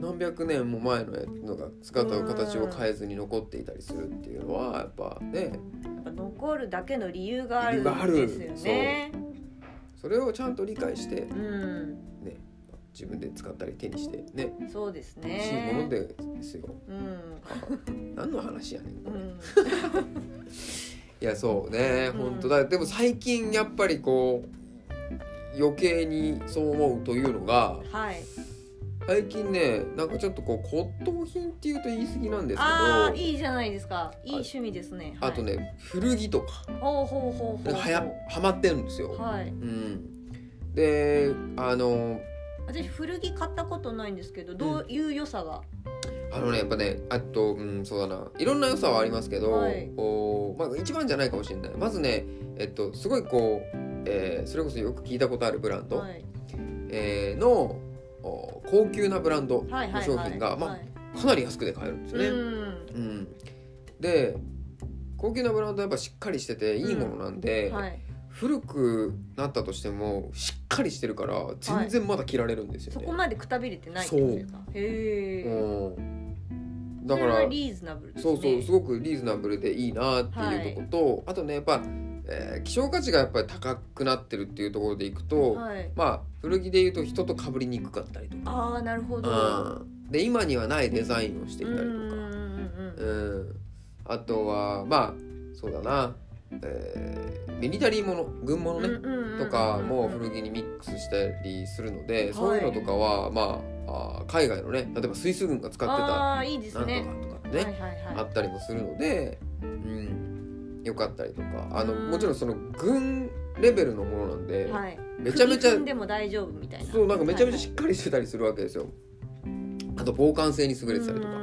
S4: 何百年も前のやつのが姿を形を変えずに残っていたりするっていうのはやっぱね
S1: やっぱ残るだけの理由があるん
S4: 理由がある
S1: ですよね。
S4: それをちゃんと理解して、ね、
S1: うん、
S4: 自分で使ったり手にしてね
S1: そうです
S4: 欲しいも
S1: ね。
S4: のですよ。
S1: うん、
S4: 何の話やねんこ
S1: う
S4: れ、い
S1: ん、
S4: やそうね
S1: うん
S4: 本当だ、でも最近やっぱりこう余計にそう思うというのが
S1: はい。
S4: 最近ねなんかちょっとこう骨董品っていうと言い過ぎなんですけど
S1: ああ、いいじゃないですか。いい趣味ですね。はい
S4: あと。ね古着とか
S1: ほうほうほうほう。
S4: はやはまってるんですよ。
S1: はい。
S4: うん、であの
S1: 私古着買ったことないんですけど、どういう良さが。
S4: あのねやっぱねあと、うん、そうだないろんな良さはありますけど、
S1: はい
S4: こうまあ、一番じゃないかもしれないまずね、えっと、すごいこう、えーそれこそよく聞いたことあるブランド、
S1: はい。
S4: えーのお高級なブランド
S1: はいはいは
S4: の
S1: い。
S4: 商品が、まあ
S1: はい
S4: かなり安くで買えるんですよね。
S1: うん。
S4: うんで高級なブランドはやっぱしっかりしてていいものなんで、
S1: はい。
S4: 古くなったとしてもしっかりしてるから全然まだ着られるんですよ
S1: そ
S4: ね。
S1: こまでくたびれてないってことですか。へえ。
S4: うん、だ
S1: そ
S4: か
S1: れは
S4: ら
S1: リーズナブルです
S4: そ
S1: ね。
S4: うそうすごくリーズナブルでいいなっていうとこと、あとねやっぱ、えー希少価値がやっぱり高くなってるっていうところでいくと、
S1: はい。
S4: まあ古着でいうと人と被りにくかったりとか、
S1: ああ、なるほど。
S4: うん、で今にはないデザインをしていたりとか、
S1: うんうんうんうん
S4: うんあとはまあそうだな、えーミリタリーもの軍物ね、とかも古着にミックスしたりするので、
S1: い
S4: そういうのとかはまああー海外のね例えばスイス軍が使ってた
S1: ああーいいです
S4: なんと
S1: ね
S4: かとか
S1: は
S4: ね、
S1: いはい
S4: あ
S1: はい
S4: ったりもするので、うん、よかったりとかあの
S1: うん
S4: もちろんその軍レベルのものなんで、
S1: はい
S4: めちゃめちゃ
S1: 組んでも大丈夫みたいな
S4: そうなんかめちゃめちゃし
S1: っ
S4: っかりしてたりするわけですよ。あと防寒性に優れてたりとか。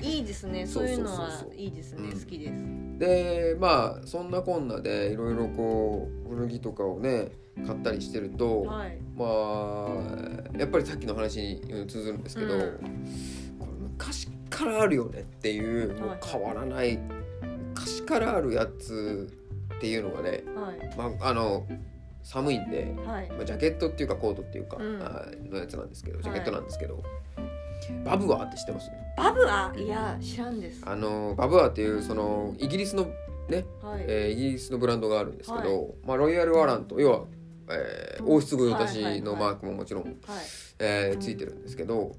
S1: いいですねそ
S4: そ
S1: うう
S4: そう
S1: い
S4: そう
S1: う
S4: そう
S1: のはいいですね
S4: うん
S1: 好きです
S4: うんでまあそんなこんなでいろいろこう古着とかをね買ったりしてると、
S1: はい
S4: まあやっぱりさっきの話に通ずるんですけど、
S1: うん
S4: これ昔からあるよねっていうもう変わらない昔からあるやつっていうのがね、
S1: はい
S4: まあ、あの寒いんで、
S1: はい
S4: まあ、ジャケットっていうかコートっていうか、
S1: うん
S4: あのやつなんですけど
S1: い
S4: ジャケットなんですけど、バブワーって知ってます
S1: バブアいや知らんです
S4: あのバブワーっていうそのイギリスの、
S1: はい
S4: えーイギリスのブランドがあるんですけど、
S1: は
S4: まあ、ロイヤルワラント要は、えー王室御用
S1: はいはいは
S4: 達
S1: い
S4: のマークももちろん
S1: はい
S4: えーついてるんですけど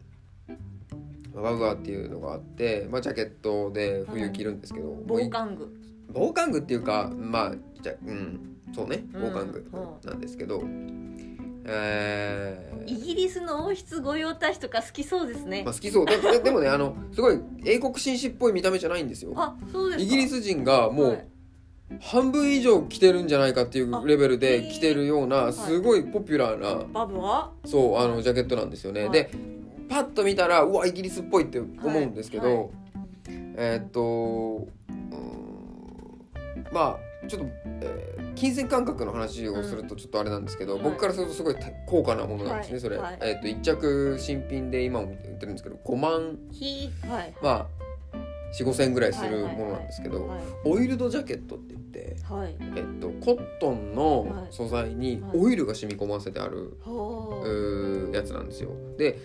S4: ワウワーっていうのがあって、まあ、ジャケットで冬着るんですけど、もうい
S1: 防寒具
S4: 防寒具っていうかまあじゃうんそうね
S1: うん
S4: 防寒具なんですけど、えー
S1: イギリスの王室御用達とか好きそうですね
S4: まあ、好きそうで ででもねあのすごい英国紳士っぽい見た目じゃないんですよ
S1: あそうですか
S4: イギリス人がも
S1: は
S4: う
S1: い
S4: 半分以上着てるんじゃないかっていうレベル
S1: あへ
S4: で
S1: ー
S4: 着てるようなすごいポピュラーな、
S1: バブは
S4: そうあのジャケットなんですよね、
S1: はい
S4: でパッと見たらうわイギリスっぽいって思うんですけど、
S1: はいは
S4: えーっとうーんまあちょっと、えー金銭感覚の話をするとちょっとあれなんですけど、
S1: うん
S4: 僕からするとすごい高価なものなんですね、
S1: はい
S4: それ、
S1: はい
S4: えーっと1着新品で今も売ってるんですけど5万
S1: ひはい
S4: まあ4 5千円ぐらいするものなんですけど、
S1: はい
S4: オイルドジャケットって言って、
S1: はい
S4: えっと、コットンの素材に
S1: はい
S4: オイルが染み込ませてある、
S1: ほう
S4: うーやつなんですよで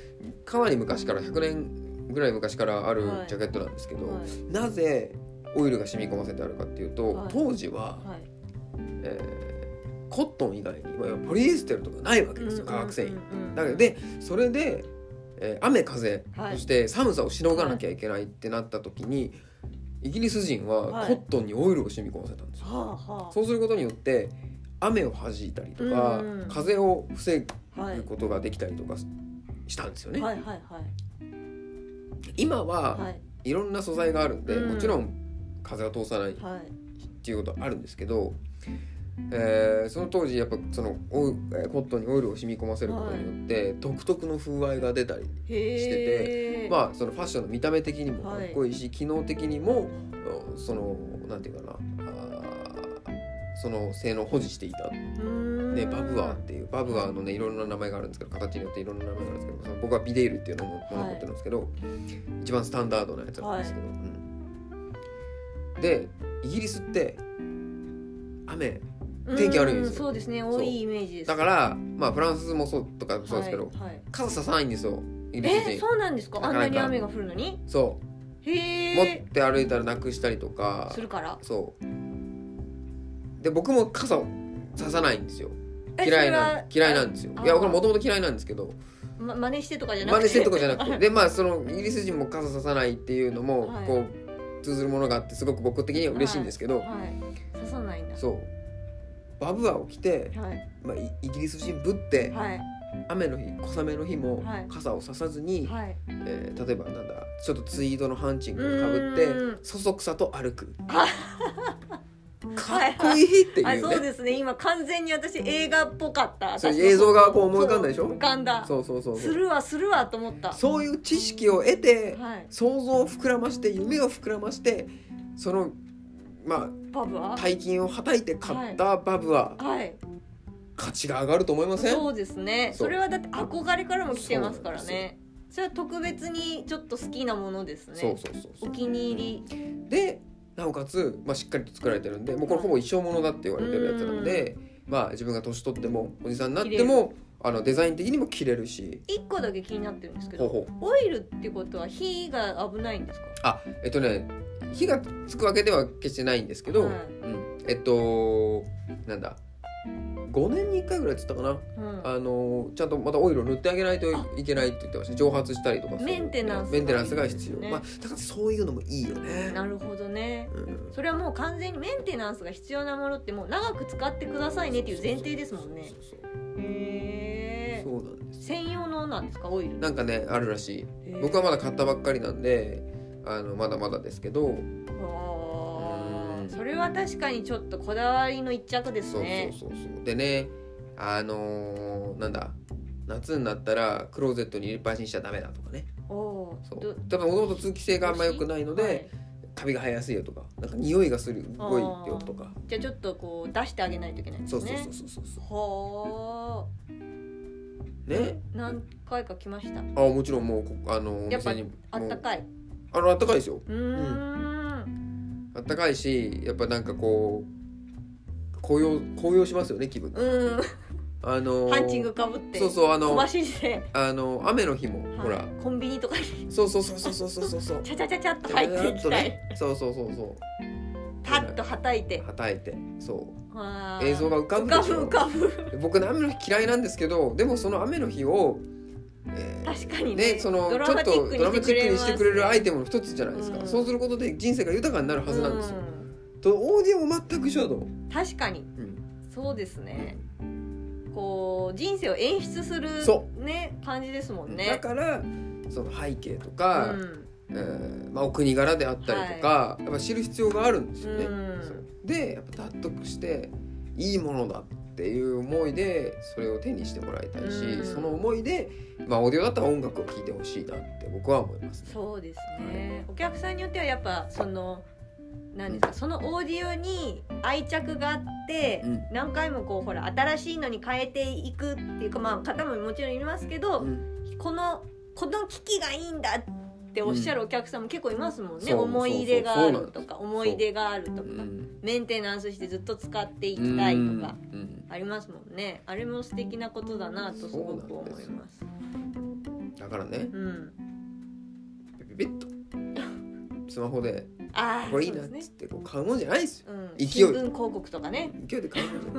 S4: かなり昔から100年ぐらい昔からある
S1: はい
S4: ジャケットなんですけど、
S1: はい
S4: なぜオイルが染み込ませてあるかっていうと、
S1: はい
S4: 当時は、
S1: はい
S4: えーコットン以外にまあポリエステルとかないわけですよ、化学繊維。
S1: 維
S4: だけどでそれで、えー雨風、
S1: はい
S4: そして寒さをしのがなきゃいけないってなった時に、イギリス人は
S1: はい
S4: コットンにオイルを染み込ませたんですよ。
S1: はあは
S4: そうすることによって雨を弾いたりとか、
S1: うんうん
S4: 風を防ぐ
S1: あはい
S4: いうことができたりとかしたんですよね。
S1: はいはいはい
S4: 今
S1: は
S4: はいいろんな素材があるんで、
S1: うん
S4: もちろん風は通さないっ
S1: はい
S4: ていうことはあるんですけど、えーその当時やっぱそのオイえーコットンにオイルを染み込ませることによって、独特の風合いが出たり、
S1: へえ
S4: まあそのファッションの見た目的にもかっこいいし、機能的にもうんそのなんていうかなあーその性能を保持していたね、バブアーっていうバブアーのねいろんな名前があるんですけど形によっていろんな名前があるんですけどその僕はビデールっていうのもものを持ってるんですけど、一番スタンダードなやつなんですけど、うんでイギリスって雨天気悪いんですよ
S1: そうですね多いイメージです
S4: だからまあフランスもそうとかそうですけど、
S1: はいはい
S4: 傘ささないんですよイギリス
S1: え
S4: 人
S1: そうなんですかあんな
S4: なか
S1: に
S4: なか
S1: 雨が降るのに
S4: そ
S1: へ
S4: う
S1: え
S4: 持って歩いたらなくしたりとか
S1: するから
S4: そうで僕も傘をささないんですよ
S1: え
S4: 嫌いな
S1: それは
S4: 嫌いなんですよ
S1: あ
S4: いやこれもともと嫌いなんですけど
S1: ま真似してとかじゃなく
S4: 真
S1: て
S4: 似してとかじゃなくてでまあそのイギリス人も傘ささないっていうのも、
S1: はい
S4: こう通ずるものがあってすごく僕的には嬉しいんですけど、
S1: はい刺さないんだ
S4: そうバブアーを着て、
S1: はい
S4: まあ、イイギリス人ぶって、
S1: はい
S4: 雨の日小雨の日も
S1: はい
S4: 傘をささずに、
S1: はい
S4: えー例えばなんだちょっとツイードのハンチングをかぶって
S1: う
S4: そそくさと歩く
S1: あ
S4: かっこいいってい
S1: あそう
S4: うね
S1: ですね今完全に私映画っぽかった
S4: そう
S1: 私
S4: 映像がこう思い浮かんだでしょ
S1: そう浮かんだ
S4: そうそうそう
S1: す
S4: そう
S1: るわするわと思った
S4: そういう知識を得て、
S1: はい
S4: 想像を膨らまして夢を膨らましてそのま
S1: パブは
S4: あ大金をはたいて買ったバブは
S1: はい
S4: 価値が上がると思いません、
S1: そうですね
S4: そう
S1: それはだって憧れからも来てますからねそれは特別にちょっと好きなものですね
S4: そうそうそうそう
S1: お気に入り
S4: でなおかつ、まあ、しっかりと作られてるんでもうこれほぼ一生ものだって言われてるやつなんで、まあ、自分が年取ってもおじさんになってもあのデザイン的にも着れるし
S1: 一個だけ気になってるんですけ
S4: ほう
S1: ど
S4: ほう
S1: オイルってことは火が危ないんですか
S4: あえっとね火がつくわけでは決してないんですけど、
S1: はい
S4: うん、えっとなんだ5年に1回ぐらいっつったかな
S1: うん
S4: あのちゃんとまたオイルを塗ってあげないといけないって言ってました蒸発したりとかする
S1: メンテナンスが
S4: メンテナンスが必要、
S1: ね
S4: まあだからそういうのもいいよね
S1: なるほどね
S4: うん、
S1: それはもう完全にメンテナンスが必要なものってもう長く使ってくださいねっていう前提ですもんね
S4: そうそう
S1: へえ
S4: そうそうなんです
S1: 専用のなんですかオイル
S4: なんかねあるらしい
S1: へー
S4: 僕はまだ買ったばっかりなんであのまだまだですけ
S1: あ
S4: ど
S1: ー
S4: うん
S1: それは確かにちょっとこだわりの一着です
S4: そう
S1: ね
S4: そうそうそうでねあのーなんだ夏になったらクローゼットに入れっぱなしにしちゃダメだとかね
S1: おー
S4: そう
S1: ど
S4: ただもともと通気性があんま良くないので、
S1: はい
S4: カビが生えやすいよとかなんか匂いがするすごいよとか
S1: じゃあちょっとこう出してあげないといけないんです
S4: そう
S1: ね
S4: そうそうそうそうそ
S1: ほ
S4: うね
S1: ー何回か来ました
S4: あもちろんもうこあのお
S1: やっぱ
S4: 店にも
S1: あったかい
S4: あのあったかいですよ
S1: うーん
S4: あったかいしやっぱなんかこう高揚高揚しますよね気分が、
S1: うん
S4: あのー
S1: ハンチングかぶって
S4: そうそうあ
S1: 小
S4: の
S1: 走りで
S4: あの雨の日も、ほ
S1: は
S4: ら
S1: いコンビニとかに
S4: そうそうそうそうそうそうそうそう
S1: ちゃちゃちゃちゃっと入っていきたい
S4: ねそうそうそうそう
S1: パッとはたいて
S4: はたいてそう
S1: あー
S4: 映像が浮かぶ
S1: 浮
S4: で
S1: か
S4: し
S1: ぶ
S4: ょ
S1: 浮かぶ
S4: 僕ね雨の日嫌いなんですけどでもその雨の日を、えー
S1: 確かにね
S4: ね、その
S1: ド
S4: ちょっ
S1: ラマ
S4: と
S1: チック
S4: ドラマ
S1: に
S4: チックにしてくれるア
S1: イ
S4: イテムの一つじゃないですか、
S1: うん
S4: そうすることで人生が豊かになるはずなんですよ、
S1: うん
S4: とオーディオも全く一緒だと思う、
S1: 確かに
S4: うん
S1: そうですね、こう人生を演出する
S4: そ
S1: ね感じですもん
S4: だ
S1: ね。
S4: からその背景と
S1: う
S4: か、
S1: ん
S4: えーまあ、お国柄であったりとか、やっぱ知る必要があるんですよね。
S1: うん
S4: そうでやっぱ納得していいものだっていう思いでそれを手にしてもらいたいし、
S1: うん
S4: その思いで、まあ、オーディオだったら音楽を聴いてほしいなって僕は思いますね。
S1: そうですね。お客さんによってはやっぱその何ですかそのオーディオに愛着があって、
S4: うん
S1: 何回もこうほら新しいのに変えていくっていうかまあ方ももちろんいますけど、
S4: うん
S1: このこの機器がいいんだっておっしゃるお客さんも結構いますもんね、
S4: そう
S1: 思い入れがある
S4: そうそうそうそうな
S1: と
S4: んで
S1: か
S4: す
S1: 思い出があるとか、
S4: うん
S1: メンテナンスしてずっと使っていきたいとか。
S4: うん
S1: ありますもんね。あれも素敵なことだなとすごく思い
S4: そうな
S1: ます。
S4: だからね
S1: うん。
S4: ピピピッとスマホで
S1: ああ、
S4: これいい
S1: そ
S4: な
S1: う
S4: っ
S1: で
S4: つ
S1: す
S4: っ
S1: ね。
S4: てこう買うもんじゃないですよ
S1: うん。
S4: 勢い
S1: 新聞広告とかね。
S4: 勢いで買うもんじゃな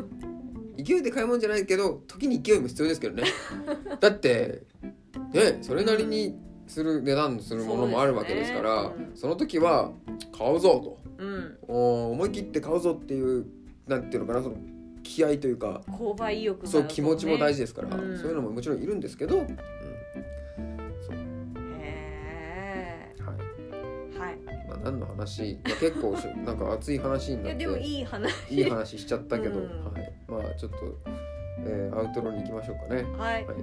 S4: い勢いで買うもんじゃないけど時に勢いも必要で すけどねだってねそれなりにする値段するものもあるわけですから
S1: そ
S4: そ,、
S1: うですねうん
S4: の時は買うぞと
S1: うん。
S4: おー思い切って買うぞっていうなんていうのかなその気合というか
S1: 購買意欲が、
S4: そう気持ちも大事。ですから、
S1: うん
S4: そういうのももちろんいるんですけど、うんはい、
S1: へえ。はい。
S4: まあ、何の話、まあ、結構しなんか熱い話
S1: い
S4: になって
S1: やでもいい話。
S4: いい話しちゃったけど、
S1: うん
S4: はい、まあちょっと、えーアウトロに行きましょうかね、
S1: はい。
S4: はい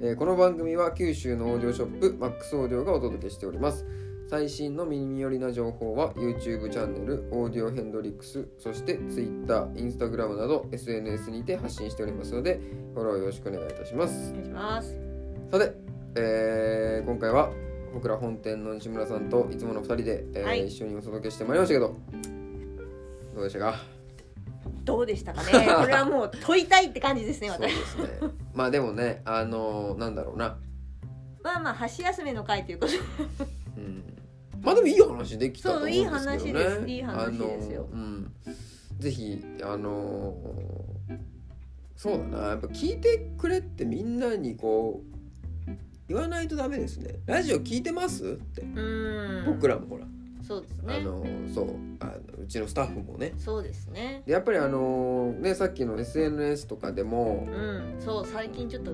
S4: えーこの番組は九州のオーディオショップマックスオーディオがお届けしております最新の耳寄りな情報は YouTube チャンネルオーディオヘンドリックスそして Twitter、Instagram など SNS にて発信しておりますのでフォローよろしくお願いいたします
S1: お願いします。
S4: さて、えー今回は僕ら本店の西村さんといつもの2人で、えー
S1: はい
S4: 一緒にお届けしてまいりましたけどどうでしたか
S1: どうでした かね。これはもう問いたいって感じですね。
S4: そう
S1: 私
S4: で。すね。 まあでもね、あのなんだろうな。
S1: まあまあ箸休めの会ということで。
S4: うん。まあでもいい話できたと思うんですけどね。
S1: そういい話ですいい話ですよ
S4: あのうん。ぜひあのそうだな、やっぱ聞いてくれってみんなにこう言わないとダメですね。ラジオ聞いてますって
S1: うん。
S4: 僕。らもほら、
S1: そうです
S4: あ
S1: ね。
S4: のそうあのうちのスタッフもね。
S1: そうですね。
S4: でやっぱりあのねさっきの SNS とかでも。
S1: うん。そう最近ちょっと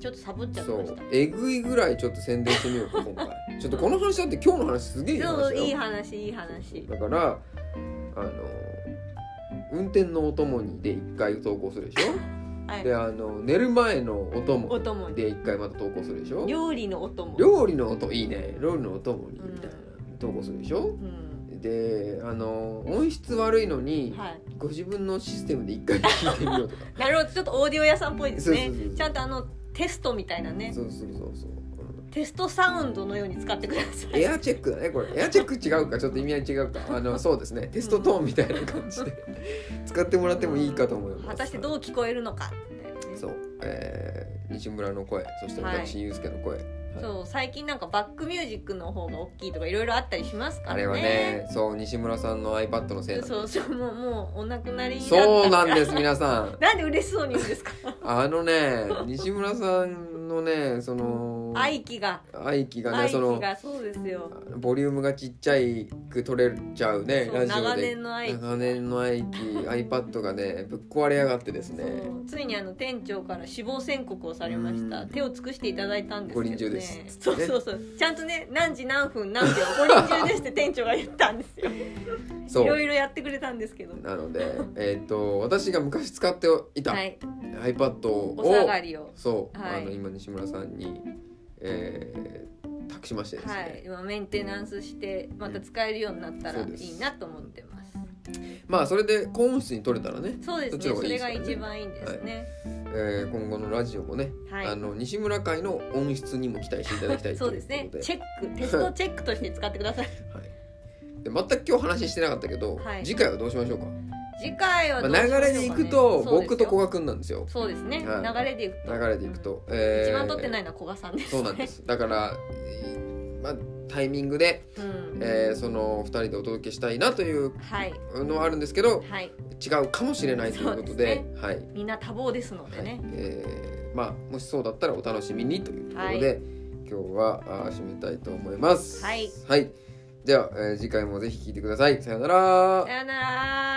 S1: ちょっとサボっちゃって
S4: そ
S1: まし
S4: う
S1: た。
S4: えぐいぐらいちょっと宣伝してみようか今 回ちょっとこの話だって今日の話すげえいい話
S1: そう
S4: だよ
S1: いい話いい話
S4: だからあの運転のお供にで一回投稿するでし
S1: は
S4: ょ
S1: い
S4: であの寝る前のお
S1: お
S4: 供
S1: 供に
S4: で一回また投稿するでしょ
S1: 料理のお供
S4: 料理の音いいね料理のお供にみたいな投稿するでしょ
S1: うん
S4: であの音質悪いのに
S1: はい
S4: ご自分のシステムで一回聞いてみよう とか
S1: なるほどちょっとオーディオ屋さんっぽいですね
S4: そうそうそう
S1: ちゃんとあのテストみたいなね
S4: そうそうそうそううん
S1: テストサウンドのように使ってください
S4: エアチェックだねこれエアチェック違うかちょっと意味合い違うかあのそうですねテストトーンみたいな感じで使ってもらってもいいかと思います
S1: 果たしてどう聞こえるのかみたいなね
S4: そう、えー西村の声そして私ユースケの声、
S1: そう最近なんかバックミュージックの方が大きいとかいろいろあったりしますから
S4: あ
S1: ね
S4: れはねそう西村さんの iPad のせいなんです
S1: そうそうもうもうお亡くなりになった
S4: そうなんです皆さん
S1: なんで嬉しそうに言うんです か
S4: あのね西村さんのねその
S1: 愛機が
S4: 愛機がね
S1: 愛
S4: そ
S1: 機
S4: の
S1: がそうですよ
S4: ボリュームがちっちゃいく取れちゃうね
S1: そう
S4: ラジオで
S1: 長年の愛機
S4: 長年の愛機 iPad がねぶっ壊れやがってですね
S1: そうついにあの店長から死亡宣告をされました
S4: うん
S1: 手を尽くしていただいたんですけど、ね、
S4: ご臨終です
S1: そうそうそうちゃんとね何時何分何秒ご臨終ですって店長が言ったんですよ
S4: そう
S1: いろいろやってくれたんですけど
S4: なので、 えっと私が昔使っていた
S1: はい
S4: iPad を、
S1: お下がりを
S4: そう、
S1: はい
S4: あの今西村さんに、えー託しましてですね、
S1: はい今メンテナンスしてまた使えるようになったら
S4: そうです
S1: いいなと思ってます
S4: まあそれで高音質に取れたらね、
S1: そうですね
S4: どっ
S1: そ
S4: ちの
S1: れ
S4: 方
S1: が
S4: がいいです
S1: 一
S4: か
S1: 番いいんですね、
S4: えー今後のラジオもね、
S1: はい
S4: あの西村会の音質にも期待していただきたい
S1: そうですね
S4: ということ
S1: チェックテストチェックとして使ってくだ さい
S4: ではい、で全く今日話してなかったけど、
S1: はい
S4: 次回はどうしましょうか、
S1: 次回はど
S4: ま
S1: うしま
S4: あ、
S1: しょうか
S4: 流
S1: ね
S4: れでいく
S1: そうで
S4: と
S1: すよ
S4: 僕と古賀くんなんですよ
S1: そうですね、
S4: は
S1: 流
S4: い
S1: れでいくと
S4: 流れでいく、と、えー
S1: 一番取ってないのは古賀さんです、ね、
S4: そうなんですだから、えーまあ、タイミングで、
S1: うん
S4: えーその2人でお届けしたいなという
S1: はい
S4: のはあるんですけど
S1: はい
S4: 違うかもしれないということで
S1: そう
S4: はい、
S1: みんな多忙ですので
S4: はい
S1: ね、
S4: えーまあもしそうだったらお楽しみにというところで、
S1: は
S4: 今日はあー締めたいと思います。
S1: はい
S4: はい、では、えー次回もぜひ聞いてください。さようなら
S1: さよなら